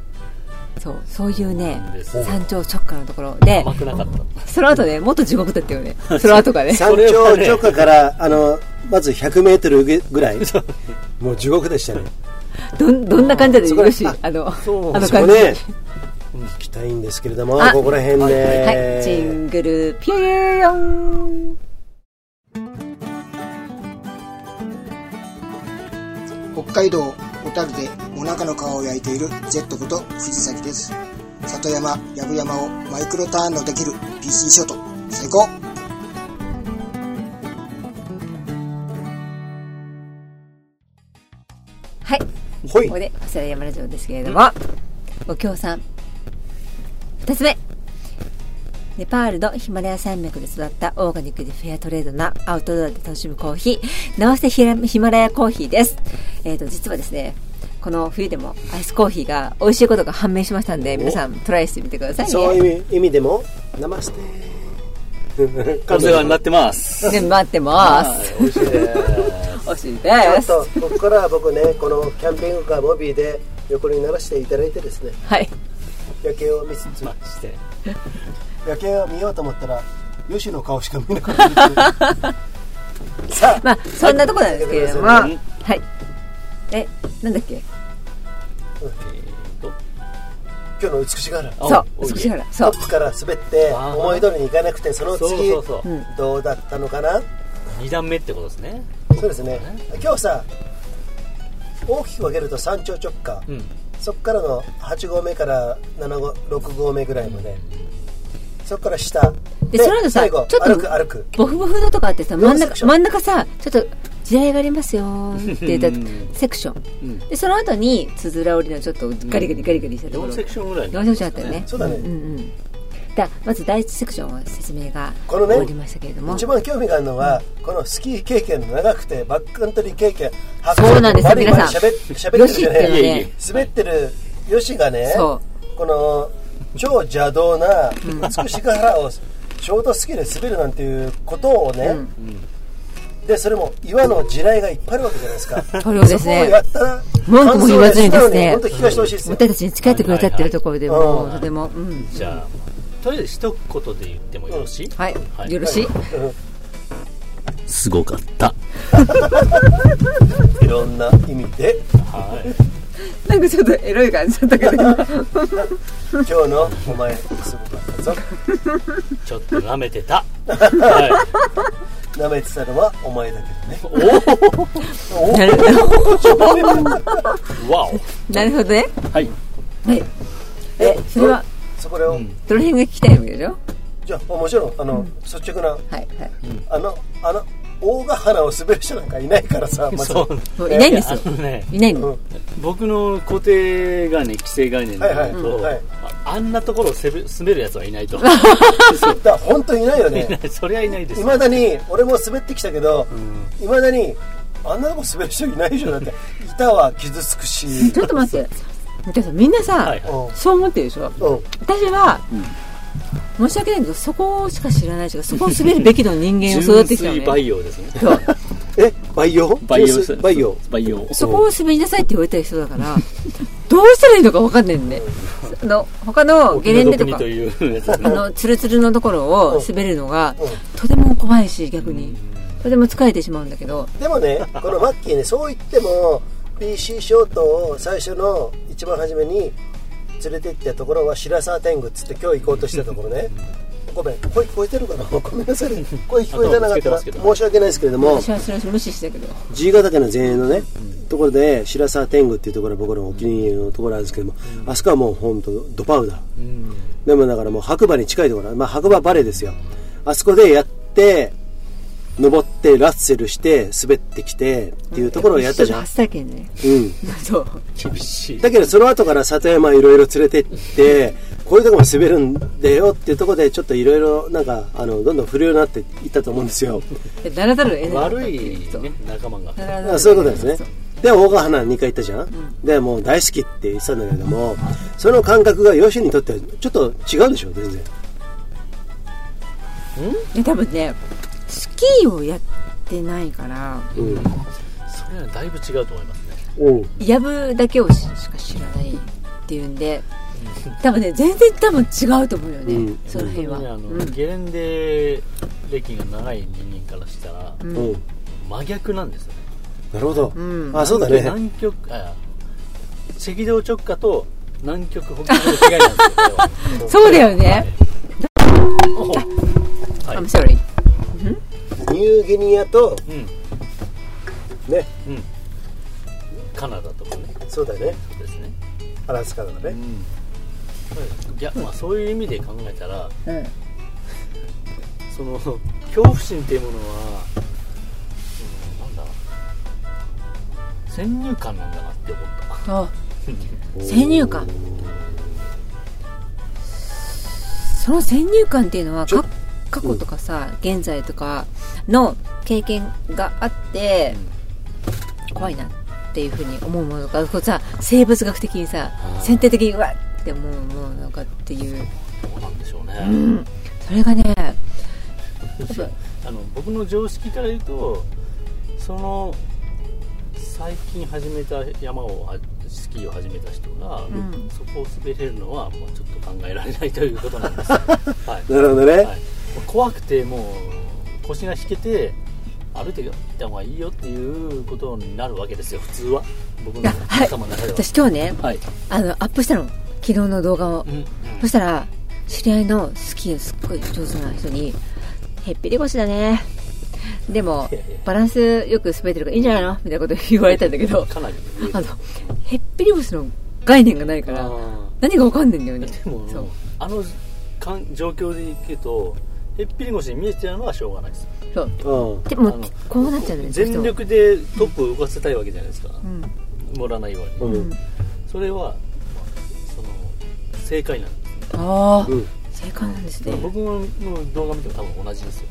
S1: そうそういうね
S2: なんです
S1: 山頂直下のところで
S2: 甘くなかった
S1: その後ねもっと地獄だったよねその後がね
S3: 山頂直下からあのまず 100m ぐらいもう地獄でしたね
S1: どんどんな感じだった
S3: そこ
S1: よ
S3: ね
S1: よし
S3: あ
S1: あのあ
S2: そう
S1: の
S3: そこ
S1: 感じ
S3: ね行きたいんですけれども
S1: あ
S3: ここら辺で、
S1: はいジングルピューヨン
S6: 北海道小樽でモナカの皮を焼いている Z こと藤崎です里山やぶ山をマイクロターンのできる PC ショート最高
S1: はい
S3: ほい
S1: ここで「早稲田山ラジオ」ですけれどもご協賛2つ目ネパールのヒマラヤ山脈で育ったオーガニックでフェアトレードなアウトドアで楽しむコーヒーなおせヒラヒマラヤコーヒーです、えー、と実はですねこの冬でもアイスコーヒーが美味しいことが判明しましたんで皆さんトライしてみてくださいね
S3: そういう意味でも「ナマステ」
S2: お世話になってます
S1: で待ってます
S2: はい美味しいです
S1: おしい
S3: ちょ
S1: で
S3: っ
S1: す
S3: とここからは僕ねこのキャンピングカーボビーで横にならしていただいてですね
S1: はい
S3: 夜景を見つつ
S2: まして
S3: 夜景を見ようと思ったら吉の顔しか見なかった さあ
S1: まあそんなとこなんですけれども
S3: は
S1: はいえなんだっけ
S3: 今日の美しがら
S1: そう
S2: おい
S1: 美しいから
S3: ト
S1: そう
S3: ップから滑って
S2: あー
S3: 思い通りにいかなくてその
S2: そう
S3: 次
S2: そうそう、
S1: うん
S3: どうだったのかな
S2: 二段目ってことですね
S3: そうですね今日さ大きく分けると山頂直下、
S2: うん
S3: そこからの8合目から7合6合目ぐらいまで、そこから下
S1: でその後さ
S3: 最後
S1: ちょっと
S3: 歩く歩く
S1: ボフボフのとかあってさ真ん
S3: セクシ
S1: 中
S3: ョン
S1: 真ん中さちょっと時代がありますよって言った
S2: うん
S1: セクション
S2: うん
S1: でその後につづら折りのちょっとガリガリガリガリしたところ
S2: 4セクションぐらいに
S1: 4セクションあったよね
S3: そうだね、
S1: うんうんだまず第一セクションは説明が
S3: このね
S1: 終わりましたけれども
S3: 一番興味があるのは、このスキー経験の長くてバックカントリー経験
S1: そうなんですよ
S3: バリバリ
S1: 皆さん
S3: 喋っ喋ってるじゃな
S1: よしっていうのはいね
S2: えいえ
S3: 滑ってるヨシがね
S1: そ
S3: この超邪道な美しが原をショートスキーで滑るなんていうことをね、でそれも岩の地雷がいっぱいあるわけじゃないですか
S1: これをです
S3: そこをや
S1: ね
S3: ったら
S1: 文句も言わずにですね
S3: 本当聞かしてほしいですよ、
S1: 私たちに近寄ってくれたっていうところでも
S3: はいうはい
S1: とてもうん
S2: じゃあとりあえず一言で言ってもよろしい、
S1: はいよろしい
S2: すごかった
S3: いろんな意味で
S2: はい
S1: なんかちょっとエロい感じだったけど
S3: 今日のお前すごかったぞ
S2: ちょっと舐めてたは
S3: 舐めてたのはお前だけどね
S2: いお
S1: なる
S2: おわ
S1: なるほどね
S2: おはい
S1: はいえそれは
S3: そこれを、
S2: ん
S1: どの辺が聞きたいわけでしょ
S3: じゃあもちろんあの、率直な
S1: はいはい
S3: あのあの大ヶ原を滑る人なんかいないか らさまず
S2: そう
S1: もういないんですよ
S2: あのね
S1: いないの
S3: うん
S2: 僕の固定概念既成概念だと、
S3: はいはいはい
S2: ああんなところをせべ滑るやつはいないと
S3: だから本当にいないよね
S2: そりゃいないです
S3: いまだに俺も滑ってきたけどいま、未だにあんなとこ滑る人いないでしょだって板は傷つくし、
S1: ちょっと待って。でもさみんなさ、
S2: はいは
S3: う
S1: そう思ってるでしょ
S3: んうん、
S1: 私は、申し訳ないけど、そこしか知らないし、そこを滑るべきの人間を
S2: 純
S1: 育ってきた
S2: 粋
S1: のね。
S2: 培養ですね
S1: そう
S3: え培養
S2: 培養す
S3: 培養
S2: 培養
S1: そこを滑りなさいって言われた人だから、どうしたらいいのか分かんないんで。の他のゲレンデと
S2: 沖の
S1: か
S2: 毒味というやつです
S1: あ
S2: ね
S1: のツルツルのところを滑るのがとても怖いし逆にとても疲れてしまうんだけど
S3: でもね、このマッキーね、そう言っても、BC ショートを最初の一番初めに連れて行ったところは白沢天狗っつって今日行こうとしてたところね。ごめん、声聞こえてるかなごめんなさい。声聞こえてなかったら
S2: あとはつけてますけど
S3: 申し訳ないですけれども
S1: 私、はそれを無視してたけど
S3: 自由ヶ岳の前衛のね、ところで白沢天狗っていうところは僕のお気に入りのところなんですけども、あそこはもう本当ドパウダー。
S2: うん
S3: でもだからもう白馬に近いところ、まあ、白馬バレーですよ。あそこでやって、登って、ラッセルして、滑ってきてっていうところをやったじゃん
S1: 一。緒だ初体験ね
S3: うん。
S1: そう
S2: 厳しい
S3: だけどその後から里山いろいろ連れてって、こういうとこも滑るんだよっていうところでちょっといろいろなんか、あの、どんどん振るようになっていったと思うんですよ。
S1: でならざるを得なかったっ
S2: 悪
S1: て
S2: いね
S1: う そう
S2: 仲間が
S1: ならざるを得なかった
S3: あそういうことですね
S1: そう。
S3: で、大ヶ花2回行ったじゃん。で、もう大好きって言ってたんだけども、その感覚が吉にとってはちょっと違うでしょ、全然。
S1: で多分ねスキーをやってないから
S3: うん。
S2: それはだいぶ違うと思いますね
S3: うん。
S1: やぶだけをししか知らないっていうんで多分ね全然多分違うと思うよね、
S3: うん
S1: その辺は、
S2: ねあの
S1: うん
S2: ゲレンデ歴が長い人間からしたら
S1: う
S3: うんん。
S2: 真逆なんですよね
S3: なるほど。
S1: うん
S3: あ、そうだね。
S2: 南極あ赤道直下と南極北極の違い なんですよこれは
S1: そうだよね、
S2: おうはい
S1: I'm sorry
S3: ニューギニアと、
S2: うん
S3: ね、
S2: うんカナダとかね
S3: そうだね、
S2: そうですね
S3: アラスカとか
S2: う
S3: ね。
S2: んいやまあそういう意味で考えたら
S1: うん
S2: その恐怖心っていうものは、うん、なんだ先入観なんだなって思った
S1: あ先入観その先入観っていうのは
S3: ちょ
S1: か過去とかさ、現在とかの経験があって、怖いなっていうふうに思うものとかこうさ生物学的にさ先定的にうわっって思うものかっていう
S2: どうなんでしょうね、
S1: それがね
S2: あの僕の常識から言うとその最近始めた山をはスキーを始めた人が、
S1: ん
S2: そこを滑れるのはもうちょっと考えられないということな んですよ、はい
S3: なるほど
S2: は
S3: ね
S2: い。、怖くてもう腰が引けて歩いていった方がいいよっていうことになるわけですよ普通は僕の
S1: はい
S2: 頭の中では
S1: 私今日ね
S2: はい、
S1: あのアップしたの昨日の動画を、
S2: うん
S1: そしたら知り合いのスキーすっごい上手な人にへっぴり腰だねでもバランスよく滑ってるからいいんじゃないのみたいなこと言われたんだけど
S2: かなり
S1: あのへっぴり腰の概念がないから
S2: あ
S1: 何がわかんないんだよね
S2: ーでも
S1: そう
S2: あのかん状況でいくとへっぴり腰に見えてるのはしょうがないです
S1: そう
S3: うん。
S1: で
S2: あ
S1: も
S2: の
S1: こうなっちゃうのね
S2: 全
S1: どうしても
S2: 力でトップを動かせたいわけじゃないですか、
S1: うん
S2: 乗らないよう
S3: う
S2: に、
S3: ん。
S2: それはその正解なんです、
S1: ああ、
S3: うん
S1: 正解なんですね
S2: 僕の動画見ても多分同じですよ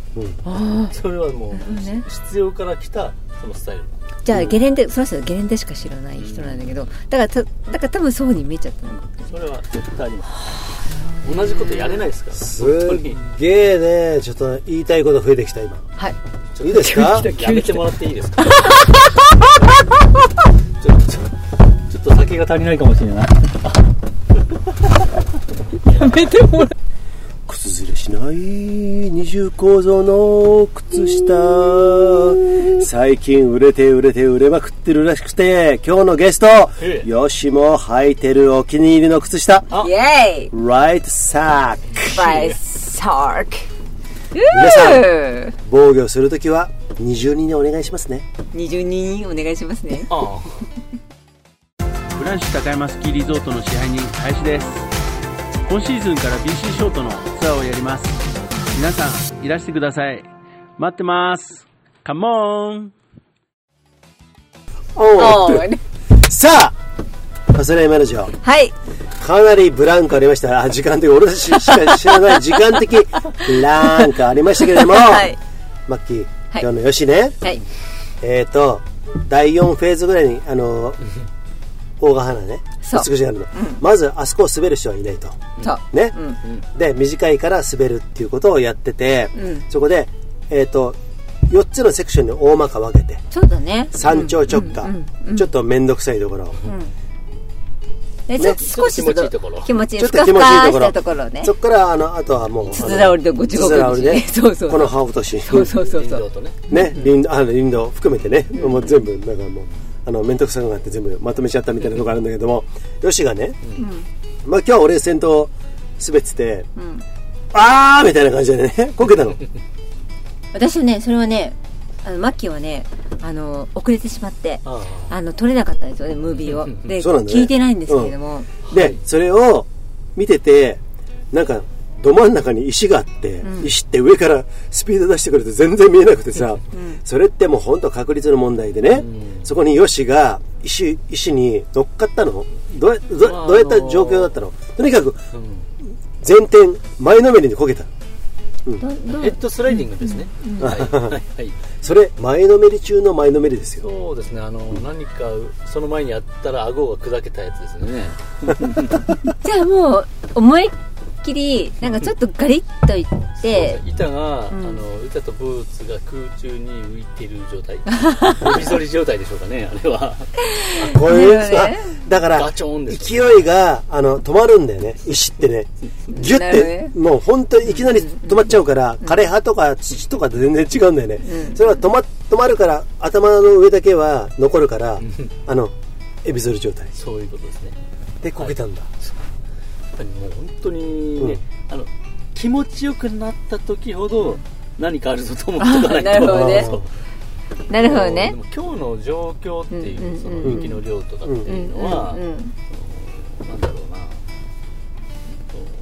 S1: ああ
S2: それはもう、
S1: なるほどね
S2: 必要から来たそのスタイル
S1: じゃあゲレンデその人はゲレンデしか知らない人なんだけどだからただから多分そうに見えちゃったの
S2: それは絶対あります同じことやれないですから
S3: す
S2: 本当に
S3: っげえね、ちょっと言いたいこと増えてきた、今。
S1: はい
S3: いいです か
S2: やめてもらっていいですか ちょっとちょっとちょっと酒が足りないかもしれない
S3: 靴ずれしない二重構造の靴下最近売れて売れて売れまくってるらしくて今日のゲスト
S2: ええ
S3: よしも履いてるお気に入りの靴下
S2: あ
S1: イエーイ
S3: ライトサック
S1: バイサーク
S3: 皆さん
S1: ん
S3: 防御するときは二重にねお願いしますね
S1: 20人お願いしますね
S2: あ
S7: ブランシュ高山スキーリゾートの支配人林です今シーズンから BC ショートのツアーをやります皆さんいらしてください待ってますカモン
S1: お
S3: おう
S1: ー
S3: さあパスライマルジョ
S1: はい
S3: かなりブランクありましたあ時間的俺たちしか知らない時間的ブランクありましたけれども、
S1: はい
S3: マッキー、
S1: はい
S3: 今日のよしね、
S1: はい
S3: えー、と第4フェーズぐらいにあの大ヶ花ね
S1: そう
S3: 美しいあるの、まずあそこを滑る人はいないと
S1: そう
S3: ね、
S1: うん
S3: で短いから滑るっていうことをやってて、
S1: うん
S3: そこで、えー、と4つのセクションに大まか分けて
S1: そうだね
S3: 山頂直下、
S1: うんうんうん
S3: ちょっと面倒くさいところ、
S1: でちょっと少し
S2: ちょっと気持ちいいところ
S1: 気持ちいい
S3: ちょっ
S1: ふか
S3: と
S1: ふ
S3: 気持ちいい
S1: か
S3: と
S1: し
S3: こ
S1: た
S3: ろ
S1: ところをね
S3: そこからあのあとはもう
S1: つづら折りでごちごち
S3: つづら折りで
S1: そうそう
S3: このハーブ都市
S1: そうそうそう
S2: 林
S1: そ
S2: 道
S1: う
S2: とね
S3: ね林あの林道含めてね、もう全部なんかもうあの面倒くさくなって全部まとめちゃったみたいなとこあるんだけども、よしがね、まあ今日俺先頭滑ってて、ああみたいな感じでねこけたの
S1: 私はねそれはねあのマッキーはねあの遅れてしまって
S2: ああ
S1: あの撮れなかったんですよねムービーをで、
S3: そうなんだね
S1: 聞いてないんですけれども、
S3: でそれを見ててなんかど真ん中に石があって、石って上からスピード出してくれて全然見えなくてさ、それってもうほんと確率の問題でね、そこにヨシが石石に乗っかったのどうやどう
S2: まあ
S3: どうやった状況だったのとにかく
S2: うん
S3: 前転前のめりにこけた
S1: どど
S2: ヘッドスライディングですね、はいはいはい
S3: それ前のめり中の前のめ りですよ
S2: そうですねあの何かその前にやったら顎が砕けたやつですね
S1: じゃあもう思いっきりなんかちょっとガリッといって
S2: 板が、
S1: ん
S2: あの板とブーツが空中に浮いてる状態海反り状態でしょうか ねあれは
S3: こういう
S1: なるほどね
S3: あだから
S2: ガチョーンです
S3: 勢いがあの止まるんだよね石ってねギュ
S1: な
S3: ッ
S1: るほど
S3: て
S1: ね
S3: もう本当にいきなり止まっちゃうから枯れ葉とか土とかと全然違うんだよねそれは止ま止まるから頭の上だけは残るからあのエビゾル状態
S2: そういうことですね
S3: でこけたんだ
S2: やっぱりもう本当にね、あの気持ちよくなった時ほど何かあるぞと思っとかな
S1: な
S2: いと
S1: るほどね
S2: そう
S1: なるほどね
S2: でも今日の状況っていう、
S1: うんうんうん
S2: その雪の量とかって
S1: うん
S2: いうのは、
S1: うんうん
S2: なんだろうな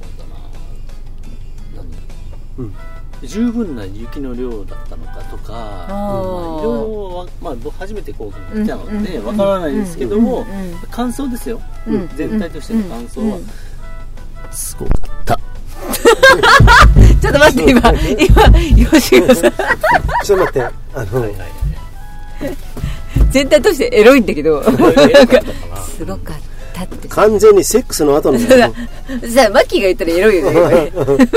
S2: そうだな何、
S3: うん
S2: 十分な雪の量だったのかとか、まあいろいろわ、まあ、僕初めてこう来たのでわからないですけども、感想ですよ、
S1: うん
S2: 全体としての感想は、
S1: うん
S2: すごかった
S1: ちょっと待って今今吉野さん
S3: ちょっと待ってあの
S2: はいはい
S1: 全体としてエロいんだけどなんかすごかったって
S3: 完全にセックスの後の
S1: そうだ じゃあマッキーが言ったらエロいよね今ね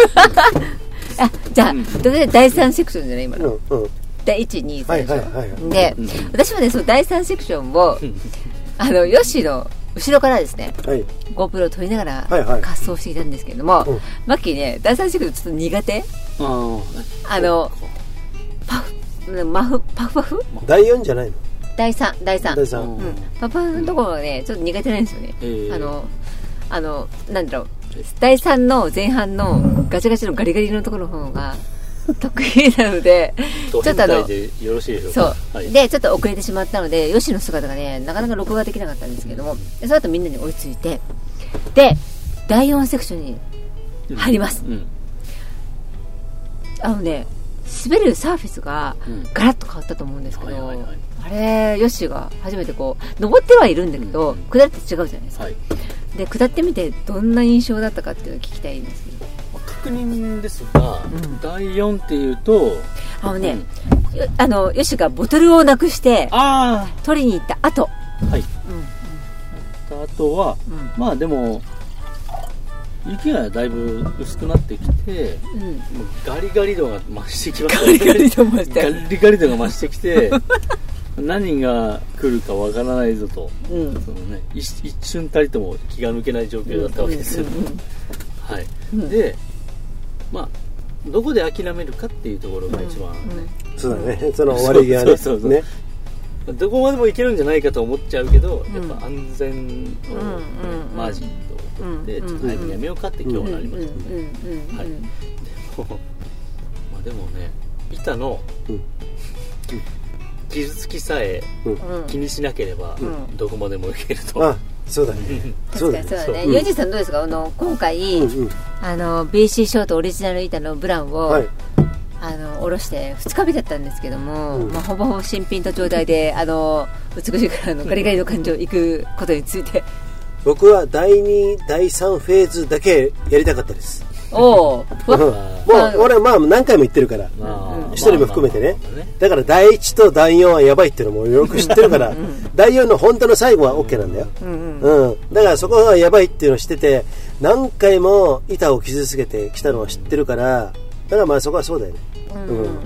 S1: あじゃあ、とりあえず第3セクションじゃない今
S3: う
S1: の、
S3: んうん
S1: 第123、
S3: はいはいはいはい
S1: で、私はねその第3セクションを、あのヨッシーの後ろからですね
S3: はい
S1: GoPro を撮りながら
S3: はいはい
S1: 滑走していたんですけれども、
S3: うん
S1: マッキーね第3セクションちょっと苦手
S2: あー
S1: あのマフパフパフ
S3: 第4じゃないの
S1: 第3第3
S3: 第
S2: うん
S3: 3
S1: うん、パパのところはねちょっと苦手なんですよね、
S2: えー
S1: あのあのなんだろう第3の前半のガチガチのガリガリのところの方が得意なのでちょ
S2: と
S1: っと
S2: 変
S1: あの
S2: 態でよろしいでしょう
S1: そ
S2: か
S1: う、
S2: はい、
S1: でちょっと遅れてしまったので吉の姿がねなかなか録画できなかったんですけどもでその後みんなに追いついてで第4セクションに入ります、
S2: うん
S1: あのね滑るサーフェスが
S2: うん
S1: ガラッと変わったと思うんですけど、
S2: はいはいはい
S1: あれヨッシーが初めてこう登ってはいるんだけど、
S2: うん
S1: 下るって違うじゃないですか、
S2: はい
S1: で下ってみてどんな印象だったかっていうのを聞きたいんですけど
S2: 確認ですが、第4っていうと
S1: あのね、よあのヨッシーがボトルをなくして
S2: あ
S1: 取りに行った後
S2: あはい、
S1: うん
S2: あとは、
S1: うん
S2: まあでも雪がだいぶ薄くなってきて
S1: うん
S2: もうガリガリ度が増してきました
S1: ガリガリとました
S2: ガ
S1: よね
S2: リガリ度が増してきて何が来るかわからないぞと、
S1: うん
S2: そのね、一一瞬たりとも気が抜けない状況だったわけですよ、はい、
S1: うん
S2: でまあどこで諦めるかっていうところが一番ね、
S3: そうだねその終わり際ね
S2: そうそうそう
S3: ね
S2: どこまでもいけるんじゃないかと思っちゃうけど、
S1: ん
S2: やっぱ安全を、ね
S1: うんうん
S2: マージンと取って、
S1: うん
S2: ちょっと早くやめようかって今日はなりましたね、はい まあでもね板の
S3: うん
S2: 傷つきさえ気にしなければ、
S1: ん
S2: どこまでもいけると、
S3: あそうだねそう
S1: 確か
S3: だ
S1: にそう
S3: ね
S1: だね。ユージさんどうですかあの、今回、
S3: うんうん
S1: あの、BC ショートオリジナル板のブランを、
S3: はい
S1: あの、おろして2日目だったんですけども、
S3: うん
S1: まあ、ほぼほぼ新品と状態で、あの、美しいからのガリガリの感情行くことについて、
S3: 僕は第2第3フェーズだけやりたかったです
S1: おお、ふ
S3: うん
S1: わ
S3: も
S1: っ
S3: う俺はまあ何回も言ってるから
S2: まあ
S3: 一人も含めてね
S2: まあまあまあま
S3: だから第1と第4はやばいっていうのもよく知ってるから第4の本当の最後は OK なんだよ、うんだからそこがやばいっていうのを知ってて何回も板を傷つけてきたのは知ってるからだからまあそこはそうだよね、うん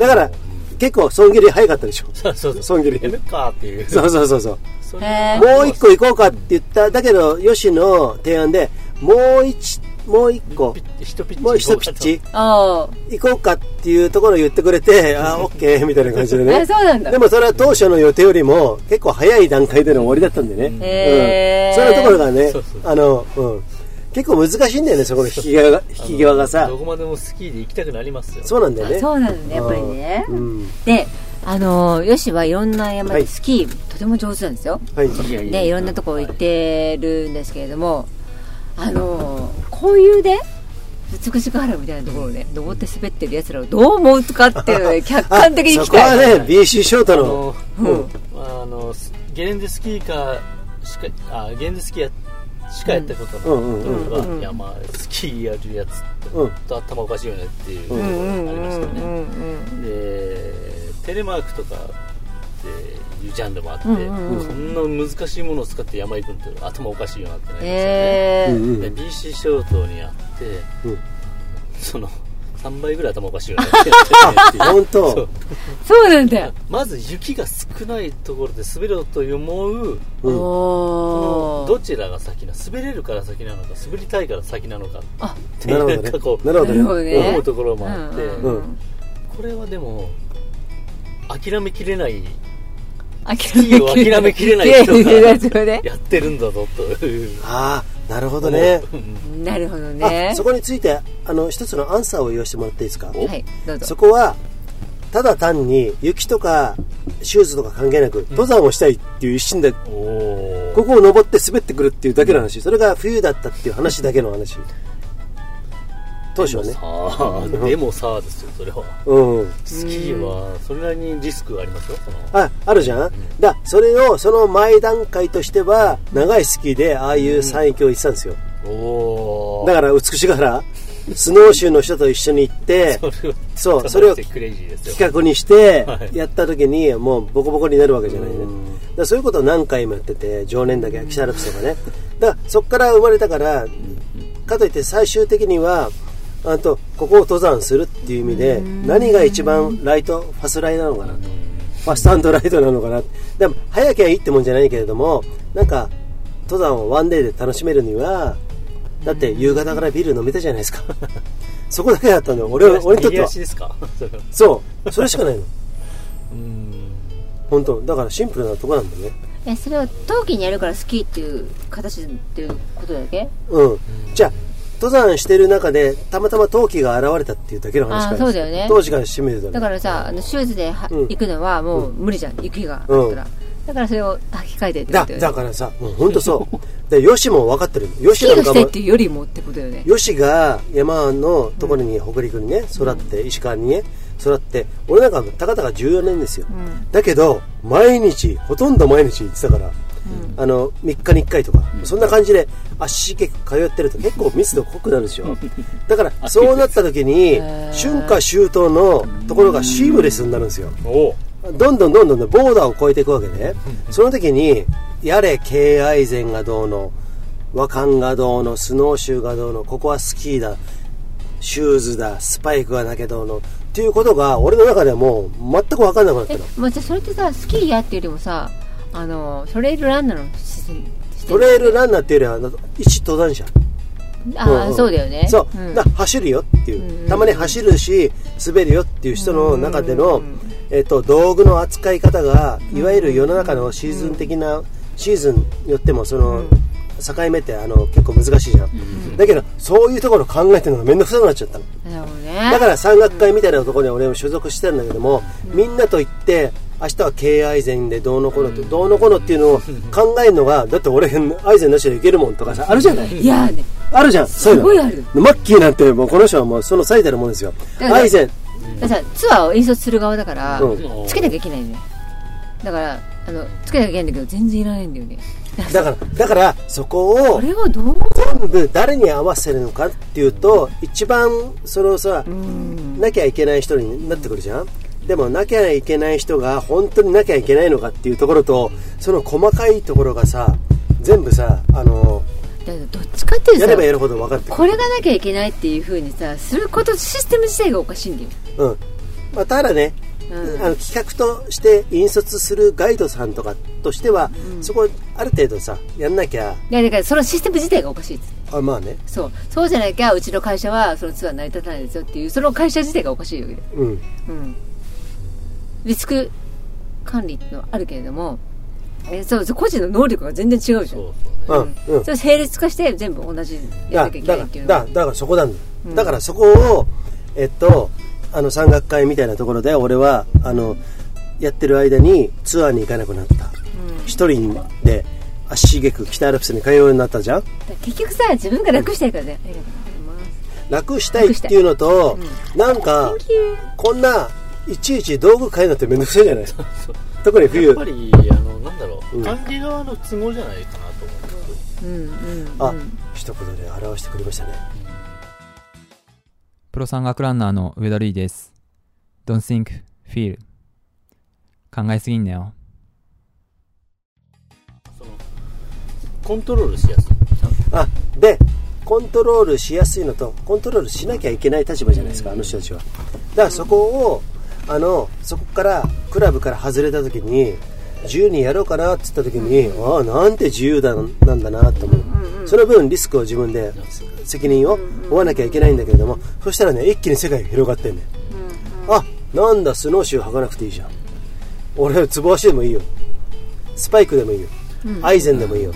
S3: だから結構損切り早かったでしょ
S2: あねそうそう
S3: 損切り
S2: やめっかっていう
S3: そうそうそうそう
S2: それ
S1: へ
S3: もう一個行こうかって言っただけどヨシの提案でもう一もう一個
S2: ピッチ一ピッチ
S3: もう一ピッチ
S1: あー
S3: 行こうかっていうところを言ってくれ てあオッケーみたいな感じで
S1: え
S3: ね
S1: そうなんだ
S3: でもそれは当初の予定よりも結構早い段階での終わりだったんでね、
S1: へー
S3: うん、そういうところがね
S2: そうそう
S3: あの、うん、結構難しいんだよねそこの引き際が引き際が
S2: あの
S3: さ
S2: どこまでもスキーで行きたくなりますよ
S3: そうなんだよね
S1: あそうなんだやっぱりね
S3: うん
S1: であのーヨシはいろんな山
S3: は
S1: で
S3: い
S1: スキーとても上手なんですよ
S3: はい、
S2: いやいや
S1: でいろんなとこ行ってるんですけれどもあのーこういうね美しく原みたいなところをね登って滑ってる奴らをどう思うかっていうのを ね客観的に聞
S3: そ
S1: き
S3: こは
S1: たい
S3: ね BC ショー
S2: あ
S3: トの
S2: の、まあ、あのスゲレンデスキーかしかあゲレンデスキーやしかやったこと
S3: うんうん
S2: ないと
S3: うん
S2: かいやまあスキーやるやつって
S3: うん
S2: ちょっと頭おかしいよねっていう
S3: う
S2: のがありました
S1: う
S2: ね、
S1: んうん
S2: でテレマークとかっていうジャンルもあって、
S1: うんうんうん
S2: そんな難しいものを使って山行くのって頭おかしいよなってなりますよね、
S1: え
S3: うん
S1: ー
S3: う
S2: で
S3: ん
S2: BC ショートにあって、
S3: うん
S2: その3倍ぐらい頭おかしいよねってやってるっていう
S3: 本当
S2: そう
S1: そうなんだよ
S2: まず雪が少ないところで滑ろうと思う
S3: うん
S1: お
S2: ど
S1: ー
S2: ちらが先な滑れるから先なのか滑りたいから先なのか
S1: あ
S2: ってい
S3: なる
S2: う
S3: ほ
S2: な
S3: ど
S2: ん
S3: ね
S2: かこう
S3: なるほどね
S1: なるほどね
S2: 思うところもあって、
S1: うん
S3: うん
S2: これはでも諦めきれない
S1: 諦
S2: いいよ諦めきれない人
S1: 諦め
S2: が
S1: きれない人がね
S2: やってるんだぞという
S3: ああなるほどね
S1: なるほどね
S3: あそこについてあの一つのアンサーを言わせてもらっていいですか
S1: はいどうぞ
S3: そこはただ単に雪とかシューズとか関係なく登山をしたいっていう一心で、
S2: おお
S3: ここを登って滑ってくるっていうだけの話それが冬だったっていう話だけの話当初はね
S2: でもさあでもさあですよそれは
S3: うん
S2: スキーはそれなりにリスクがありますよその
S3: ああるじゃん、だそれをその前段階としては長いスキーでああいう山域を行ってたんですよ、
S2: おお
S3: だから美しがらスノーシューの人と一緒に行って そうそれを
S2: クレイジーですよ
S3: 企画にして
S2: はい
S3: やった時にもうボコボコになるわけじゃないね、だからそういうことを何回もやってて常年だけ北アルプスとかねだからそこから生まれたからかといって最終的にはあとここを登山するっていう意味で何が一番ライトファスライなのかなファストライトなのかなでも早きゃいいってもんじゃないけれどもなんか登山をワンデーで楽しめるにはだって夕方からビール飲めたじゃないで すかそこだけだったの俺は俺にとって
S2: 右
S3: は
S2: 足ですかそれは
S3: そうそれしかないの
S2: うん
S3: 本当だからシンプルなとこなんだね
S1: えそれは冬季にやるからスキーっていう形っていうことだけ
S3: うんじゃあ登山してる中でたまたま陶器が現れたっていうだけの話から
S1: あーそうだよね
S3: 当時から締めてたの
S1: だからさあのシューズでは、
S3: うん
S1: 行くのはもう無理じゃん雪があったら、だからそれを履き替えてってこと
S3: だ
S1: よね
S3: だからさもう本当そうでヨシも分かってるヨ
S1: ス
S3: シ
S1: キ
S3: な
S1: ーが
S3: んか
S1: したい
S3: も
S1: っていうよりもってことよね
S3: ヨシが山のところに北陸にね育って石川にね育って俺なんかたかたか14年ですよ、だけど毎日ほとんど毎日行ってたから、あの3日に1回とか、そんな感じで足結構通ってると結構密度濃くなるでしょだからそうなった時に春夏秋冬のところがシームレスになるんですよ
S2: おお
S3: どんどんどんどんねボーダーを越えていくわけねその時にやれ敬愛禅がどうの和漢がどうのスノーシューがどうのここはスキーだシューズだスパイクがなきゃどうのっていうことが俺の中ではもう全く分かんなくなった
S1: え
S3: の、
S1: まあ、じゃあそれってさスキーやっていうよりもさあのトレイルランナーのしして
S3: トレイルランナーっていうよりはあの一登山者
S1: ああ、
S3: んん
S1: そうだよね
S3: そう、
S1: ん
S3: だから走るよっていう、たまに走るし滑るよっていう人の中での、えっと道具の扱い方がいわゆる世の中のシーズン的な、シーズンによってもその、境目ってあの結構難しいじゃん、だけどそういうところ考えてるのが面倒くさくなっちゃったの
S1: なるほどね
S3: だから山岳会みたいなところに俺も所属してたんだけども、みんなと行って明日は敬愛禅でどうのこうのって、どうのこうのっていうのを考えるのがだって俺愛禅なしでいけるもんとかさあるじゃない
S1: いやーね
S3: あるじゃん、そういう
S1: す
S3: の。
S1: ごいある
S3: マッキーなんて、もうこの人はもうその最たるもんですよ。
S1: だから
S3: アイゼン、
S1: だからさツアーを演奏する側だから、
S3: うん
S1: つけなきゃいけないのよだからあのつけなきゃいけないんだけど全然いらないんだよね
S3: だから、だから、そこ
S1: こ
S3: を
S1: れはどう
S3: 全部誰に合わせるのかっていうと、一番そのさ、なきゃいけない人になってくるじゃん。でもなきゃいけない人が本当になきゃいけないのかっていうところとその細かいところがさ全部さあの
S1: だからどっちかっていうと
S3: や
S1: さ
S3: ればやるほど分かってく
S1: これがなきゃいけないっていうふうにさすることシステム自体がおかしいんだよ
S3: る、うんまあ、ただね
S1: うん
S3: あの企画として引率するガイドさんとかとしては、そこある程度さやんなきゃ
S1: いやだからそのシステム自体がおかしいっつって
S3: あまあね
S1: そうそうじゃなきゃうちの会社はそのツアー成り立たないですよっていうその会社自体がおかしいわけで
S3: うん
S1: うん、リスク管理のあるけれどもえーそうそう個人の能力が全然違うじゃん
S2: そう
S1: そ
S2: そうね
S3: うんうん
S1: れ並列化して全部同じやら
S3: だ
S1: なきゃいけないっていうの
S3: だ
S1: は
S3: だだからそこなんだ、
S1: うん
S3: だからそこをえっとあの山岳会みたいなところで俺はあのやってる間にツアーに行かなくなった一、人で足しげく北アルプスに通うようになったじゃん
S1: だ結局さ自分が楽したいからねありがとうございます
S3: 楽したいっていうのと、なんか
S1: Thank you
S3: こんないちいち道具買えるのってめんどくさいじゃない
S2: そう
S3: 特に
S2: やっ
S3: 冬
S2: ぱりあのなんだろう、
S3: うん
S2: 管理側の都合じゃないかなと思うんですよ
S1: うんうん
S3: あ、一言で表してくれましたね
S8: プロ山岳ランナーの上田瑠衣です。Don't think, feel. 考えすぎんなよ。
S2: そのコントロールしやすい
S3: あでコントロールしやすいのとコントロールしなきゃいけない立場じゃないですかあの人たちはだからそこをあのそこからクラブから外れた時に自由にやろうかなって言った時に、ああなんて自由だなんだなと思う、その分リスクを自分で責任を負わなきゃいけないんだけれども、そしたらね一気に世界が広がってんね、あなんだスノーシュー履かなくていいじゃん俺ツボ足でもいいよスパイクでもいいよ、アイゼンでもいいよ、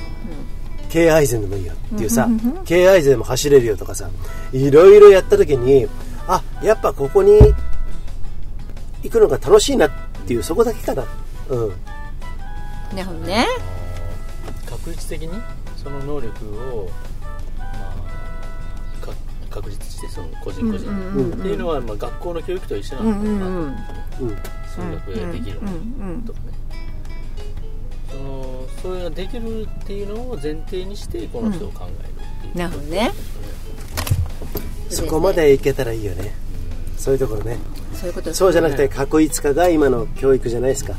S3: K アイゼンでもいいよっていうさ K アイゼンでも走れるよとかさいろいろやった時にあやっぱここに行くのが楽しいなっていうそこだけかなうん
S1: なるほどね
S2: 確率的にその能力を、まあ、か確立してその個人個人、
S1: うんうん
S2: っていうのは、まあ、学校の教育と一緒な
S1: うんう
S2: のか
S1: ん
S2: な、
S1: うん
S2: 数学ができる
S1: うんうん
S2: とかね、そのそれができるっていうのを前提にしてこの人を考えるっていう、
S1: なるほどね
S3: そこまで行けたらいいよねそういうところね
S1: そういうこと
S3: そうじゃなくて過去いつかが今の教育じゃないですか、ね、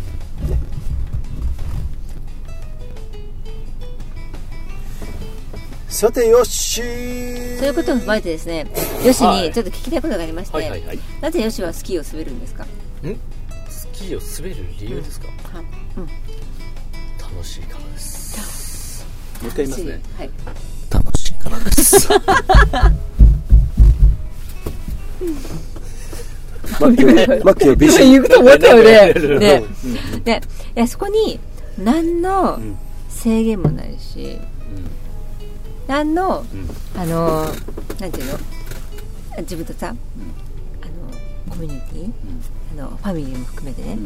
S3: さてよっしー
S1: そういうことを踏まえてですねヨシにちょっと聞きたいことがありまして、
S2: はいはいはい
S1: なぜヨシはスキーを滑るんですか
S2: スキーを滑る理由ですか、
S1: はい
S2: 楽しいからですもう一回言います ね
S1: はい
S2: 楽しいからです
S3: マッキーをマッキ ーを美人
S1: 行くと思ったよね。 ね
S3: う。
S1: で、いやそこに、何の制限もないし、何の、あの、なんていうの自分とさ、あの、コミュニティ、あの、ファミリーも含めてね、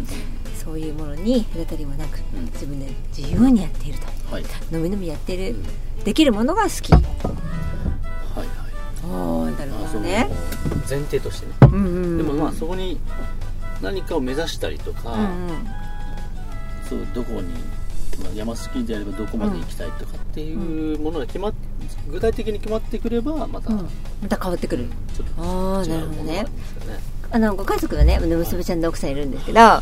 S1: そういうものに隔たりもなく、自分で自由にやっていると。
S2: はい
S1: のみのみやってる、できるものが好き。
S2: はいはい
S1: おー、なる
S2: まあ
S1: ほ
S2: そ
S1: ど
S2: の
S1: ね。
S2: 前提としてね、
S1: うんうん。
S2: でもまあそこに何かを目指したりとか、
S1: うんうん。
S2: そうどこに、まあ、山スキーであればどこまで行きたいとかっていうものが決まっ具体的に決まってくればまたちょっ
S1: また変わってくる。ああ、
S2: と
S1: な
S2: 違
S1: る
S2: う
S1: ほど
S2: もの
S1: ね
S2: なん。ですよね
S1: あの、ご家族がね、娘ちゃんの奥さんいるんですけど、
S2: い
S1: あの、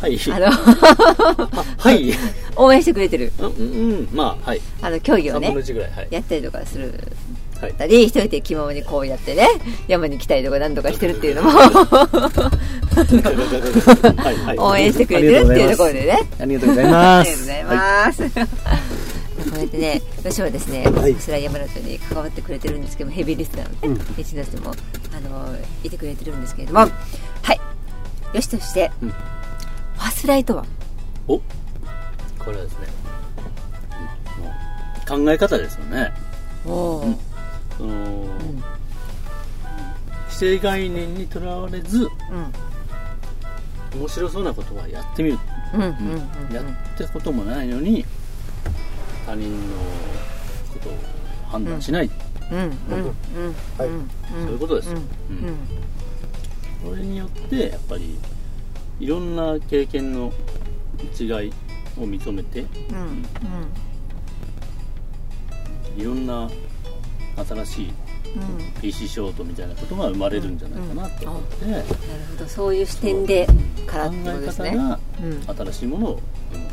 S2: はい
S1: 応援してくれてる、
S2: うんうんまあはい
S1: あの、競技を
S2: 3分
S1: ね
S2: の、1ぐらいはい
S1: やったりとかする。
S2: はい
S1: たり、一人で着物にこうやってね、山に来たりとか何とかしてるっていうのも、
S2: はいは い
S1: 応援してくれてるっていうところでね。
S9: ありがとうござい
S1: あ
S9: ま
S1: りがとうご
S9: す。
S1: ざいます。こうやってね、私はですね、
S3: はい
S1: スライヤマラトンに関わってくれてるんですけども、ヘビーリスナーのね、一の人も、あの、いてくれてるんですけれども、はい。よしとして、
S2: うん
S1: ファスライとは
S2: おこれはですねうんもう考え方ですよね
S1: おー
S2: その、既成概念にとらわれず、面白そうなことはやってみる、
S1: うんうんうん
S2: やったこともないのに他人のことを判断しない、
S1: うんうん
S3: はい
S2: そういうことですよ、うんそれによってやっぱりいろんな経験の違いを認めて、いろんな新しい PC ショートみたいなことが生まれるんじゃないかなと思って、
S1: なるほどそういう視点でからってことです
S2: 考
S1: ね
S2: え方
S1: うん
S2: が新しいものを生む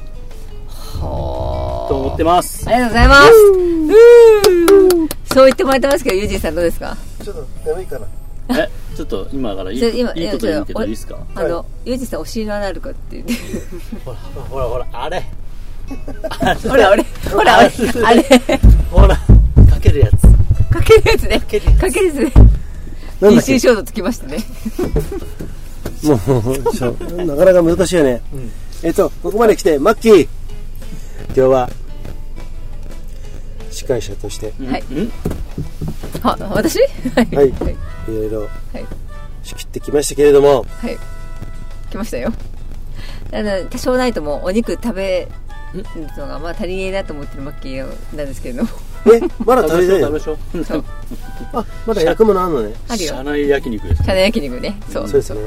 S1: ほ
S2: と思ってます
S1: ーありがとうございますうーそう言ってもらってますけどユージンさんどうですか
S3: ちょっと眠いかな
S2: え、ちょっと今からいい
S1: それ今
S2: いいこと言うけど
S1: いやちょっと
S2: いいですか
S1: あの、ユージさんお尻の穴あるかって言って。
S2: ほらほらほらほら、あれ
S1: ほら、俺、ほら、俺、あれ、
S2: ほら、かけるやつ。
S1: かけるやつね。か
S2: けるやつ
S1: けるやつね。
S3: なんだっ
S1: 一
S3: け
S1: 周衝突きましたね。
S3: もう、ちょなかなか難しいよね。えっと、ここまで来て、マッキー今日は、司会者として、
S1: はい
S2: うんうん
S1: は、私はい。
S3: はい
S1: はい。
S3: いろいろ
S1: はい、
S3: 仕切ってきましたけれども、
S1: 来ましたよ。あの、多少ないともうお肉食べるのが、まあ足りねえなと思ってるマッキーなんですけれど も。
S3: え、まだ
S2: 食
S3: 足
S2: べ
S3: りない
S2: ま
S3: の
S2: しょう食べましょう。
S3: あ、まだ焼くものあんのね。
S1: あるよ
S2: 社。内焼肉です。
S1: チャネ焼肉ね。そう。
S3: そうですね。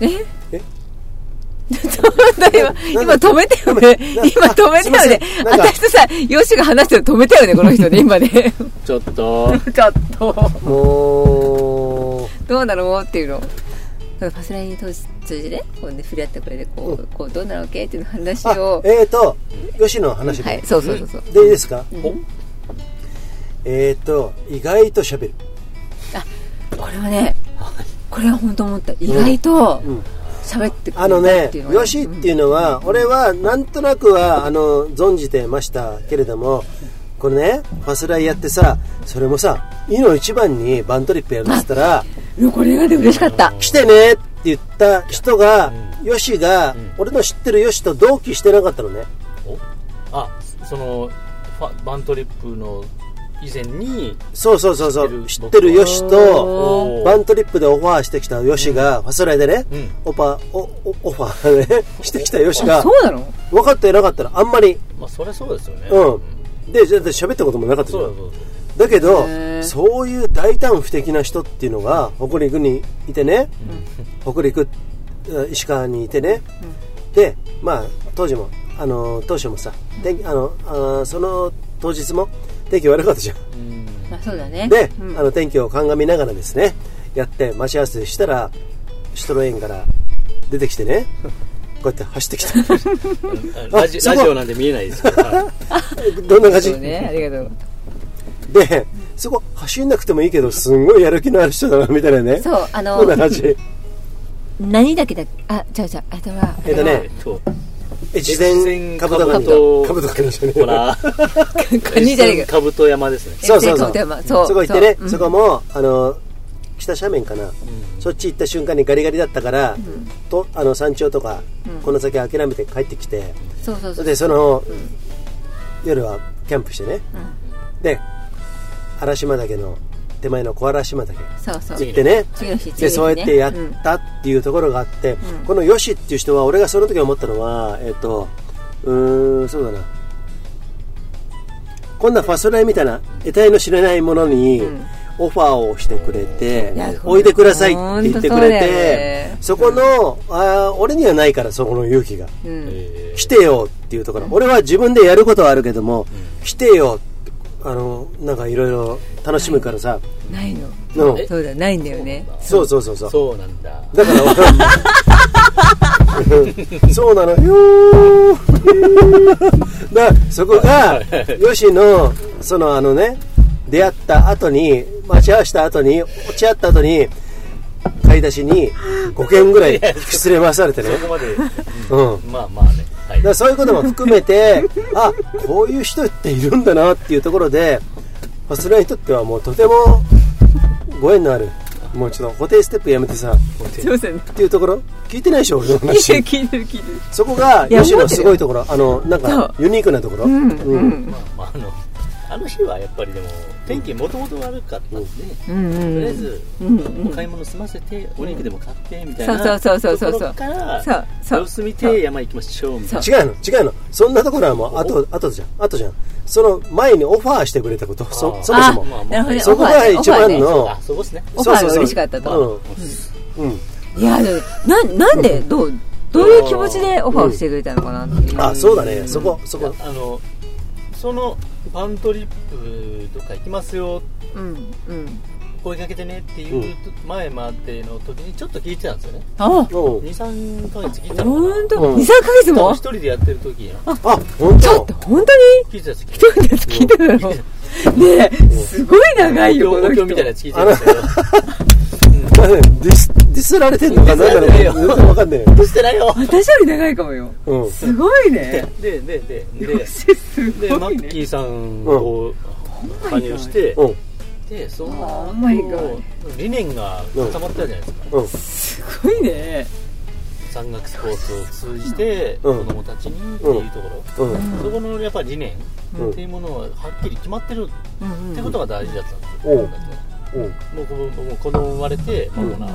S1: え
S3: え
S1: 今今止めたよね。今止めたよね
S3: すい。ませんなんか
S1: 私とさ、ヨシが話してるの止めたよね、この人ね、 今ね。
S2: ちょっと、
S1: ちょっと。
S3: もう、
S1: どうなのっていうの。パスライン通じ通じて、こうね、触れ合ってこれで、こう、こう、どうなのっけっていう話
S3: あ
S1: を。
S3: えっ、と、吉野の話で、
S1: はい、そうそうそうそう。
S3: でいいですか、
S2: お
S3: えっ、と、意外と喋る。
S1: これはね、これは本当思った。意外と
S3: うん、
S1: 喋ってく
S3: あ
S1: れ
S3: の
S1: る
S3: ね
S1: っていう、のが
S3: よしっていうのは、俺はなんとなくは、あの、存じてましたけれども、これね、ファスライやってさ、それもさ、いの一番にバントリップやるっつったら、
S1: うんこれがね、嬉しかった。
S3: 来てねって言った人が、よしが、俺の知ってるよしと同期してなかったのね。
S2: あ、その、ファバントリップの以前に、
S3: そうそうそうそう、
S2: 知
S3: 知
S2: っ
S3: ってて
S2: る
S3: るよしと
S2: おー、
S3: バントリップでオファーしてきたよしが、ファスライでね
S2: うん、
S3: オファー、おおオファーね、 してきたよし
S1: あ
S3: が
S1: そ、うなの
S3: 分かってなかったらあんまり、
S2: まあそりゃそうですよね。
S3: うん。で、だって喋ったこともなかったじゃ
S2: そう
S3: ん
S2: だそうだ。
S3: だけど
S1: へー
S3: そういう大胆不敵な人っていうのが北陸にいてね、北陸うん石川にいてね、でまあ当時もあの当初もさ天気あのあーその当日も天気悪かったじゃん
S1: まあそうだね。
S3: で、
S1: うん
S3: あの天気を鑑みながらですねやって待ち合わせしたらシトロエンから出てきて ねこうやって走ってきた
S2: うんラジ
S3: そ
S2: ラ
S3: こ
S2: ジオなんで見えない ですけど、はい
S3: どんな感じ
S1: そうね、ありがとう。
S3: でそこ走んなくてもいいけどすんごいやる気のある人だなみたいなね
S1: そう、あの
S3: こん、な感じ
S1: 何だけだあ、違う違う、あとは、
S3: えっとね
S2: えっと、
S3: 越前かぶと神
S2: 越前
S3: かぶと神
S2: ほら、
S1: カ ニじゃねえか。
S2: かぶと山ですね。
S3: そうそうそ
S1: 越前兜
S3: う
S1: 山そう
S3: そこ行ってね
S1: そう
S3: そ,、
S1: うん
S3: こもあの北斜面かな、そっち行った瞬間にガリガリだったから、とあの山頂とか、この先諦めて帰ってきて
S1: そうそうそう。
S3: でその、夜はキャンプしてね、で荒島岳の手前の小荒島岳
S1: そうそう。
S3: 行ってね
S1: 次の日、次の日、
S3: で
S1: ね。
S3: そうやってやっ
S1: ん
S3: たっていうところがあって、このヨシっていう人は俺がその時思ったのはえっ、とうーんそうだなこんなファストライみたいな得体の知れないものにオファーをしてくれて、
S1: いやほん
S3: おいでくださいって言ってくれ
S1: ほんとそうだよ
S3: て
S1: ね
S3: そ,、この、あー俺にはないからそこの勇気が
S1: うん。
S3: 来てよっていうところ、俺は自分でやることはあるけども、来てよってあのなんかいろいろ楽しむからさ、
S1: ないの。
S3: うん
S2: え
S1: そうだ、ないんだよね。
S3: そうそうそうそう
S2: そうなんだ。
S3: だからわかん ない。そうなのよー。 だからそこが、吉の、そのあのね、出会った後に、待ち合わせた後に、落ち合った後に、買い出しに5件ぐらい失礼回されてね。
S2: ここ まで、
S3: うん。だ
S2: まあまあね。はい
S3: からそういうことも含めて、あ、こういう人っているんだなっていうところで、ファスナーにとってはもうとてもご縁のある、もうちょっと固定ステップやめてさ、
S1: すいません。
S3: っていうところ聞いてないでしょ俺
S1: 聞
S3: の
S1: い
S3: 話
S1: てる、聞いてる、聞いてる。
S3: そこが
S1: いや
S3: 吉野のすごいところあのなん
S1: そう
S3: かユニークなところ
S1: うん、う
S3: うん
S1: ん。
S2: まあ、あの、あの日はやっぱりでも、天気もともと悪かったんで、
S1: うんう
S2: と
S1: ん
S2: り
S1: う
S2: あえ
S1: ん。
S2: ず、
S1: うん
S2: お買い物済ませて、お肉でも買って、みたい
S1: そ
S2: な。
S1: うそうそうそうそう
S2: ところから、
S1: そうそう
S2: 様子見て山行きましょう、みたいな。
S3: 違うの違うのそんなところはもうあとあとじゃんあとじゃんその前にオファーしてくれたこと
S2: あ
S3: そ
S2: ー
S3: そもそも
S2: まあま
S1: なるほどね。
S3: そこ
S1: オファー
S3: が
S1: ね
S3: 一番
S1: オファーね
S3: の
S2: あ、そこですね。
S1: オフ
S3: そ
S1: ァ
S3: う
S1: ー
S3: そう
S1: が
S3: そう
S1: 嬉しかった
S2: まあ
S1: と。
S3: うんうん
S1: いや、でもな、なんで、どう、どういう気持ちでオファーをしてくれたのかなっていう。
S3: あそうだねそこそこ
S2: あの、その、バントリップとか行きますよ、
S1: うん、うん。
S2: 声かけてねっていう前までの時にちょっと聞いてたんですよね。
S1: あ、
S3: うん
S2: 2、3ヶ月聞いたの
S1: ほん
S3: う
S1: と、
S3: ん
S1: 二三ヶ月
S2: かな。
S1: も
S2: 一人でやってる時
S3: あ本
S1: ちょっ
S3: 当
S1: と、ほんと
S2: 聞いてたんですけど
S1: に聞いてるのねえ、すごい長いよ、こ
S2: お
S1: の
S2: 経
S1: 人。
S2: みたいなやつ聞いてるんですけど。
S3: まあね ディスディスられてんのか何なのか全然わかんないよ。
S2: どうしてな いよ
S1: 私より長いかもよ。
S3: うん。
S1: すごいね。
S2: で、で、で、で、
S1: す
S2: で、マ
S1: ごい
S2: ッキ
S1: ね。
S2: ーさんを加入して、
S3: うん。
S2: で、そ
S1: あー
S2: の
S1: my god
S2: 理念が固まったじゃないですか。
S3: うん。
S1: すごいね。
S2: 山岳スポーツを通じて、
S3: うん
S2: 子供たちにっていうところ。
S3: うん。
S2: そこのやっぱり理念
S3: うん
S2: っていうものははっきり決まってる
S1: うん
S2: ってことが大事だったんです
S3: う
S2: よ。
S3: んうん。
S2: もうこのもう子供生まれて間もな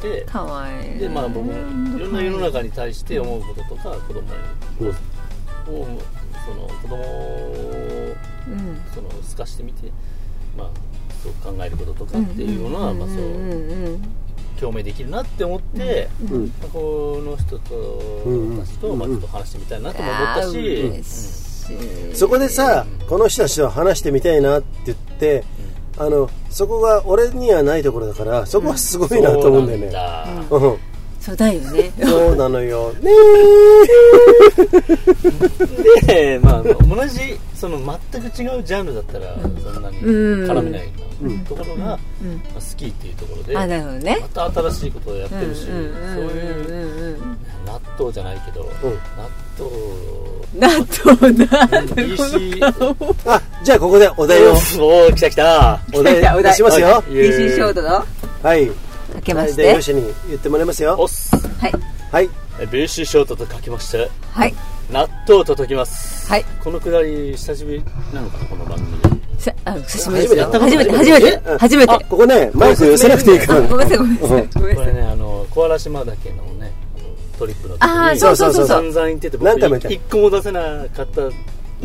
S2: くて、
S1: かわいい。
S2: でまあ僕もいろんな世の中に対して思うこととか子供
S3: うん
S2: をその子供を
S1: うん。
S2: その透かしてみて、まあ、そう考えることとかっていうものは、まあ、そ
S1: うん
S2: う
S1: うん
S2: 共鳴できるなって思って、
S3: うん。
S2: まあこの人と
S3: うん
S2: 私と、まあ、ちょっと話してみたいなとも思ったし、
S1: うん。
S2: う
S1: し
S2: ん
S1: い
S3: そこでさ、この人たちと話してみたいなって言って、あの、そこが俺にはないところだから、そこはすごいなと思うんだよね。
S2: そうなんだ
S3: うん。
S1: そうだよね。
S3: そうなのよ。ね
S2: で、まあ、同じその全く違うジャンルだったらそんなに絡めないようなところが、ま
S1: うん。
S2: あ、スキーっていうところで
S1: あ、
S2: ま
S1: なるほどね。
S2: た新しいことをやってるし、
S1: うんうん
S2: そう
S1: う
S2: いうん
S1: うん
S2: 納豆じゃない けど、
S3: うん
S2: 納豆
S1: 納豆な。
S2: BC
S3: あ、じゃあここでお題を、
S2: おお来た来た
S3: お題
S1: 来 たお題
S3: 出しますよ。
S2: いえー
S1: DC ショートの
S3: はい。
S1: かけまし
S3: で、
S1: て
S3: よ。しに言ってもらいますよ
S2: お。っす
S1: はい。
S3: はい。
S2: BC ショートと書きまして
S1: はい。
S2: 納豆と解きます
S1: はい。
S2: このくだり久しぶりなのかなこの番組
S1: さあの、久しぶりですよ。
S2: 初
S1: 初
S2: め
S1: め
S2: て
S1: て、
S2: 初
S1: 初め
S2: めて
S1: て、初めて。
S3: ここね、マイク寄せなくていいか
S1: あ
S3: ら。
S1: ごめんなさい、ごめんなさい。ごめん
S2: こ
S1: なさ
S2: れ
S1: い。
S2: ねあの小原島岳のねあのトリップの時に
S1: あーそう
S3: そうそうそう
S2: 散々言ってて僕
S3: 何回も言った
S2: 一個も出せなかった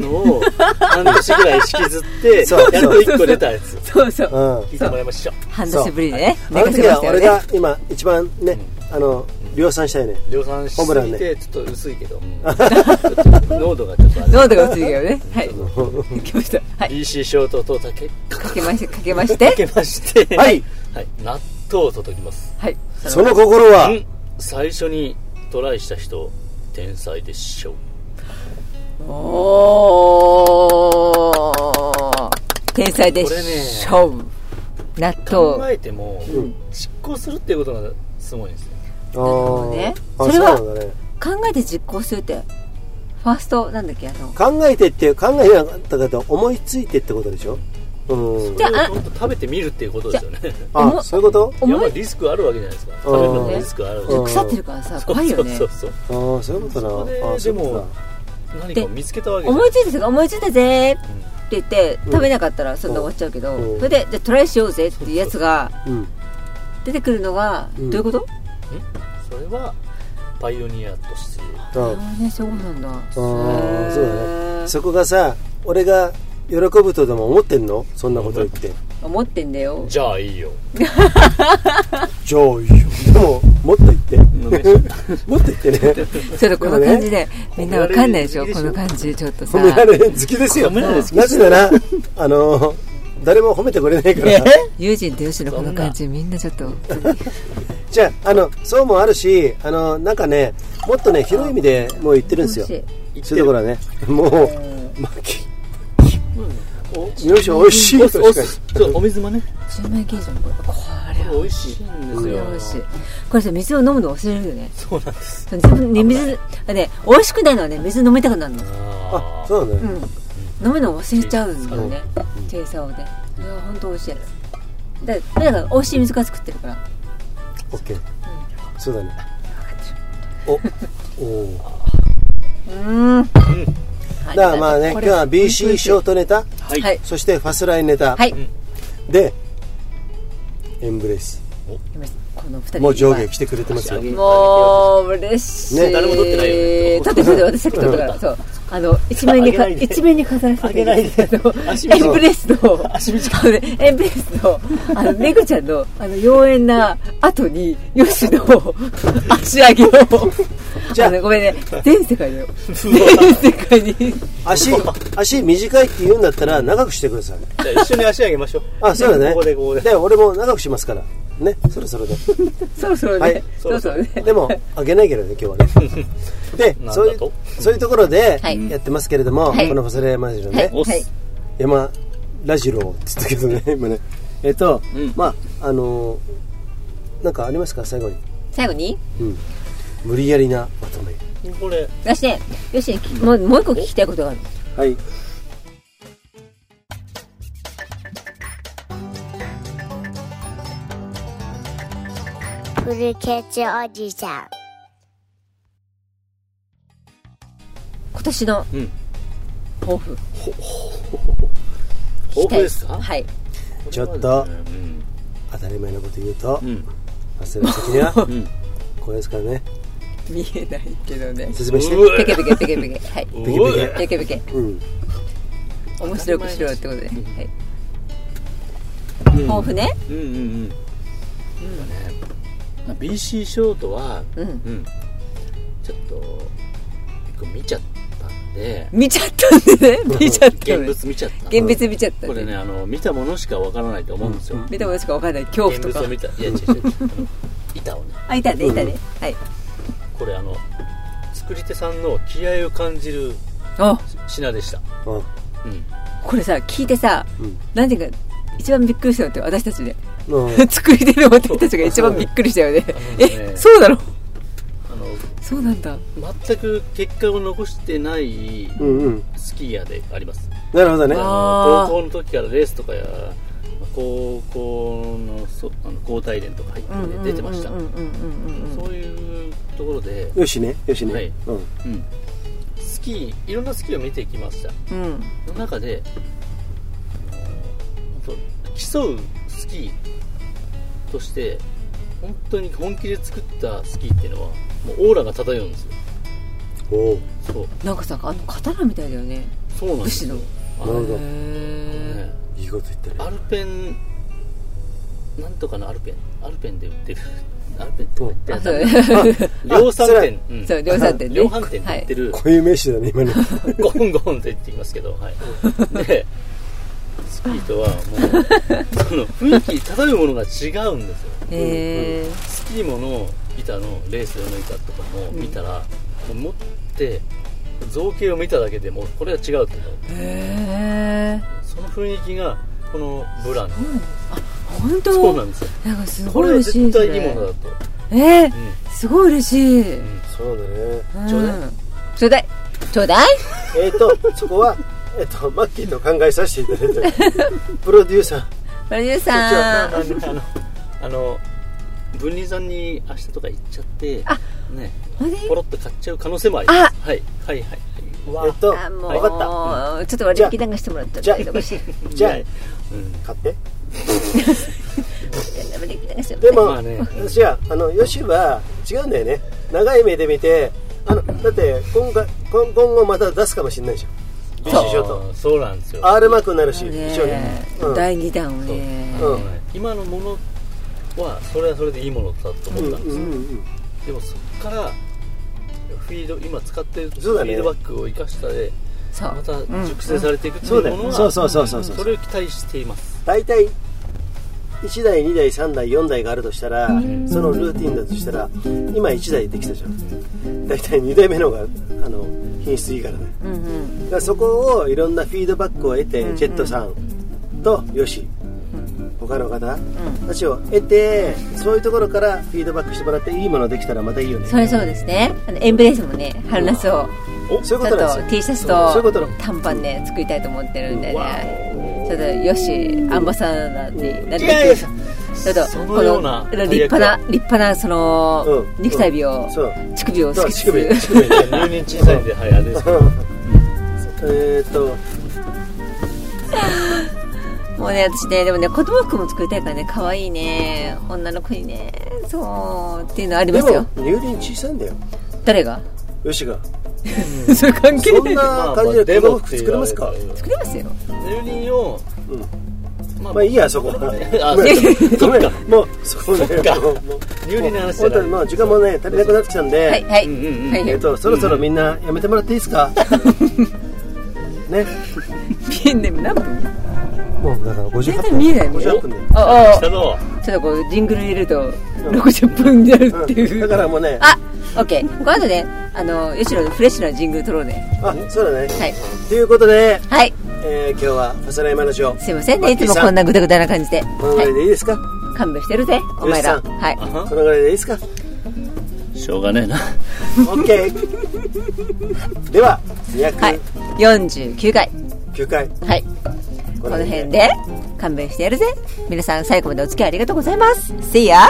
S2: のを半年ぐらい引きずって
S3: そう
S2: やっと一個出たやつ
S1: そうそう。
S3: うん。
S2: 聞いてもらいましょう
S1: 半年ぶりでね、
S3: あ
S1: 寝
S3: の
S1: かせ
S3: 時
S1: ま
S3: は
S1: した
S3: 俺
S1: よ
S3: が
S1: ね。
S3: 今一番ね、あの、量産したいね。
S2: 量産し
S3: ホーム
S2: す
S3: ラン
S2: ぎ
S3: ね
S2: てちょっと薄いけ ど、うんちょっと濃度がちょっとあれ
S1: ノートが映るけ どね。はい。行きました。はい。
S2: BC ショートと竹か
S1: かけまして、かけまし
S2: け
S1: て。
S2: まして
S3: はい、
S2: はい、納豆を届きます
S1: はい。
S3: その心は、
S2: うん最初にトライした人天才でしょう
S1: おー。天才でしょう。納
S2: 考
S1: 豆。
S2: えても、実行するっていうことがすごいんですよ
S3: あー
S1: ね
S3: あ
S1: それは
S3: うなんだね
S1: 考えて実行するって、ファースト、なんだっけ、あの、
S3: 考えてっていう考えなかったこと思いついてってことでしょうん
S1: じゃあ
S2: ちょっと食べてみるっていうことですよね
S3: あ
S1: 思
S3: そういうこと
S2: やっぱ
S1: 思い
S2: りリスクあるわけじゃないですか食べるのもリスクあるわけ
S3: うん
S1: 腐ってるからさ、怖いよね
S2: そう。そう
S3: あーそういうことな
S2: そこで
S3: あーそういうこと
S2: でもそ
S3: だ
S2: う何かを見つけたわけじゃな
S1: 思
S2: い
S1: いついたぜ思いついたぜって言って、食べなかったらそんな終わっちゃうけど、
S3: うん
S1: それでじゃあトライしようぜっていうやつが
S3: うん
S1: 出てくるのが、
S3: うん
S1: どういうこと
S2: それはパイオニアとして
S3: うん
S1: ああねそうなんだあ
S3: ああそうだねそこがさ俺が喜ぶとでも思ってんのそんなこと言って
S1: 思ってんだ よ
S2: じゃあいいよ
S3: じゃあいいよでももっと言って もっと言ってね
S1: ちょっとこの感じでみんなわかんないでしょ
S2: 褒めら
S1: こ
S2: れる
S1: の感じちょっとさ
S3: 褒められ好きですよ
S2: 褒められ好き
S3: なぜならあのー誰も褒めてくれないから
S1: 友人とよしのこの感じみんなちょっと
S3: じゃああのそうもあるしあのなんかねもっとね広い意味でもう言ってるんですよ
S1: 楽し
S3: そういうところはねもうまきよいしょおいしい
S2: お酢お酢ちょっとお水もね
S1: 10万円以上これこれは
S2: 美味しいんです
S1: これ
S2: よ
S1: は美味しいこれさ水を飲むの忘れるよね
S2: そうなんです
S1: 自分ね水あね美味しくないのはね水飲みたくなるの
S2: あ
S3: あそうだね
S1: 飲むの忘れちゃうんだよねチェイサーをねいや本当美味しいだだから美味しい水が作ってるから
S3: オッケーそうだねおおー
S1: はい
S3: だからまあね今
S1: こ
S3: 日
S1: れ
S3: は BC ショートネタ
S2: はい、
S1: はい
S3: そしてファスラインネタ
S1: はい
S3: でエンブレイス
S1: この二人
S3: もう上下来てくれてますよ
S1: もう嬉しい
S3: ね
S2: 誰も撮ってないよね
S1: だってそれで私さっき撮ったからそうあの一面にか
S2: あげないで
S1: 一面に飾らせて
S2: あげないで
S1: あの
S2: 足
S1: エ
S2: 短い
S1: ンブレスのあのねエンブレスのあのめぐちゃんのあの妖艶な後によしの足上げを
S3: じゃあ
S1: のごめんね全世界だよ全世界に
S3: 足足短いって言うんだったら長くしてください
S2: じゃあ一緒に足上げましょう
S3: あそうだね
S2: ここでここで
S3: で俺も長くしますからねそろそろで
S1: そろそろね、
S3: はい
S1: そろそろね
S3: でもあげないけどね今日はねで
S2: なんだと
S3: そういうそういうところで
S1: はい
S3: やってますけれども、
S1: はい
S3: この細谷山城
S1: は
S3: ね、
S1: い
S2: お酢
S1: はい
S3: 山ラジローっつったけどね、今ね。えっと、
S2: うん
S3: まあ、あのーなんかありますか、最後に。
S1: 最後に
S3: うん。無理やりなまとめ。
S2: これ
S1: 私ねよしもうもう一個聞きたいことがある
S3: はい。
S9: ブルーケツおじさん
S1: 今年の
S2: うん
S1: 抱負
S2: 抱負ですか
S1: はい
S3: ちょっと
S2: う、ん
S3: 当たり前のこと言うと
S2: う、ん
S3: 発生的に は、こ
S2: ん
S3: れですからね。
S1: 見えないけどね
S3: 説明して。
S2: うえ
S1: ペケペケペケペケはいう
S3: ペケ
S1: ペ
S3: ペ
S1: ケペケ
S3: うん。
S1: 面白くしろよってことで、はい、
S2: うん
S1: 抱負ね
S2: うんうんうん、うん BC ショートは、
S1: うん
S2: うん、ちょっと結構見ちゃったんで
S1: 見ちゃったんで ね見ちゃった
S2: 現
S1: の
S2: 物見ちゃった
S1: 現物見ちゃった
S2: こ
S1: ん
S2: れ
S1: で、
S2: ねあの見たものしかわからないと思うんですよ、
S1: 見たものしかわかんない恐怖
S2: 現
S1: と
S2: 物
S1: か
S2: を見たいや違う違うあの板をね
S1: あいたねいたねはい
S2: これあの作り手さんの気合を感じる
S1: あ
S2: 品でした、
S3: うん
S2: うん、
S1: これさ聞いてさ、
S3: うん
S1: なん、何ていうか一番びっくりしたのって私たちで、
S3: うん
S1: 作り手の私たちが一番びっくりしたよね
S2: そう
S1: え
S2: ね
S1: そうなの
S2: あの
S1: そうなんだ
S2: 全く結果を残してない
S3: うんうん。
S2: スキーヤーであります
S3: なるほどね。
S1: あー
S2: 高校の時からレースとかや高校のそあの高体連とか入ってね出てました
S1: うんうんうんうんうんうん
S2: そういうところで、
S3: よしね、よしね。
S2: はい
S3: うん。
S2: うんスキーいろんなスキーを見ていきました
S1: うん
S2: その中であの本当競うスキーとして本当に本気で作ったスキーっていうのはもうオーラが漂うんですよ
S3: おう
S2: そう
S1: なんかさあの刀みたいだよね
S2: そうなんですよ
S1: 武
S2: あ
S3: なるほ
S2: の、
S3: ど。
S1: へ
S2: ね
S3: いいこと言ってる。
S2: アルペンなんとかのアルペンアルペンで売っ てるアルペンって売って
S1: ーあ
S2: る
S1: そう
S2: 量産店、うん
S1: そう量販店ね
S2: 量販店で売ってる、
S3: こういう名詞だね、今 ね。
S2: ゴンゴンって言ってきますけど、はい、でスピードはもうその雰囲気漂うものが違うんですよ
S1: へえ
S2: スキーモの板のレース用の板とかも見たら、もう持って造形を見ただけでもうこれは違うって
S1: へえ
S2: その雰囲気がこのブランド、
S1: 本当
S2: そうなんですよ
S1: なんかす
S2: こ
S1: ごい
S2: れは
S1: 嬉し
S2: 絶
S1: いそ
S2: 対
S1: れ
S2: いいものだと、
S1: えー
S2: うん
S1: すごい嬉しい、うん、
S3: そうだね。
S2: ちょうだ
S1: ちょうだいちょうだい
S3: えっ、と、そこは、えっ、と、マッキーと考えさせていただいて、 プロデューサー、
S1: プロデュー
S2: じゃ
S1: サ
S2: ああのあのあの文林さんに明日とか行っちゃってね
S1: ー
S2: ポロッと買っちゃう可能性もありますはいはいはいは
S3: え
S2: い
S3: っ、と、
S1: あもう、
S3: わかっ
S1: ちょっと割引なんかしてもらった
S3: じゃ
S1: ら
S3: あ
S1: やばいしい
S3: た。じゃあ、
S2: うん
S3: 買って。
S1: 割引なんかしても
S3: でも、
S2: まあね
S3: 私は、あの、ヨシは違うんだよね。長い目で見て、あの、だって、今回、今今後また出すかもしれないでしょ。ヨシショート。
S2: そうなんですよ
S3: R マークになるし、
S1: ら
S3: 一応ね。うん
S1: 第2弾をね
S3: うん
S2: 今のものはそれはそれでいいものだと
S3: う
S2: 思
S3: ん
S2: っ
S3: う
S2: た
S3: ん
S2: んですよ
S3: うん
S2: でもそこからフィード今使ってるフ
S3: そうだ
S2: ィ
S3: ね
S2: ードバックを生かしたで
S1: そ
S2: ま
S1: う
S2: た熟成されていくってい
S3: そうだ
S2: う
S3: よ
S2: ものは
S3: そうそうそうそうそう
S2: それを期待しています
S3: 大体1台2台3台4台があるとしたらそのルーティンだとしたら今1台できたじゃん大体2台目の方があの品質いいからね
S1: うんうん
S3: だからそこをいろんなフィードバックを得てジェットさんとヨシ他の方たちを得てそういうところからフィードバックしてもらっていいものできたらまたいいよね
S1: それそうですねあのエンブレースもね春ナスを
S3: おそういう
S1: ち
S3: こ
S1: ょっ
S3: となんで
S1: と
S3: すよ
S1: T シャツ
S3: そういうこと
S1: と
S3: なん
S1: 短パンね作りたいと思ってるんでねちょっとよしアンバサダーになるべくちょっと
S2: そ
S1: こ
S2: のような
S1: の立派な立派なその
S3: うん
S1: 肉体美を
S3: そう
S1: 乳首を
S3: そ
S1: 好
S3: う
S1: き
S3: 乳
S1: す
S3: 首
S1: る
S3: 乳首ね
S2: 入念小さいんではいあれですけど
S3: えーっと
S1: もうね私ねでもね子供服も作りたいからね可愛いね女の子にねそうっていうのありま
S3: です
S1: よ
S3: も乳輪小さいんだよ
S1: 誰が
S3: ヨシが
S1: それ関係
S3: そ
S1: なんい
S3: な感じで子供服作れますか
S1: 作れますよ
S2: 住人を、ま
S3: まあいい やそこ
S2: あ
S3: ごめん
S2: そ
S3: ご
S2: っ
S3: めん
S2: か
S3: もうそこね
S2: っか
S3: もうもう
S2: 入輪の話じゃ
S3: 本
S2: な
S3: 当
S2: い
S3: にもう時間もね足りなくなってきたんで、
S1: はいはい
S2: うんうんうん
S1: はい
S3: えっとそろそろみんなやめてもらっていいですか、ね
S1: 見えんね何分
S3: もうだから
S1: 全
S3: 58
S1: 然見えない
S3: 分
S1: もん
S3: 58分で
S1: あああ
S2: 下の
S1: ちょっとこうジングル入れると60分になるっていう、
S3: うんだからもうね
S1: あオッケーこの後ねあの吉野のフレッシュなジングル撮ろうね
S3: あそうだね、
S1: はい
S3: ということで
S1: はい
S3: ええー今日は朝ライマラジオ
S1: すいませんねいつもこんなぐだぐだな感じで、
S3: このぐらい
S1: は
S3: でいいですか
S1: い、勘弁してるぜお前ら
S3: 吉さん
S1: はい
S2: あ
S3: このぐらいでいいですか
S2: しょうがねえな
S3: OK では
S1: はい
S3: 209、
S1: 49回
S3: 回
S1: はいこの辺で勘弁してやるぜ皆さん最後までお付き合いありがとうございます See ya!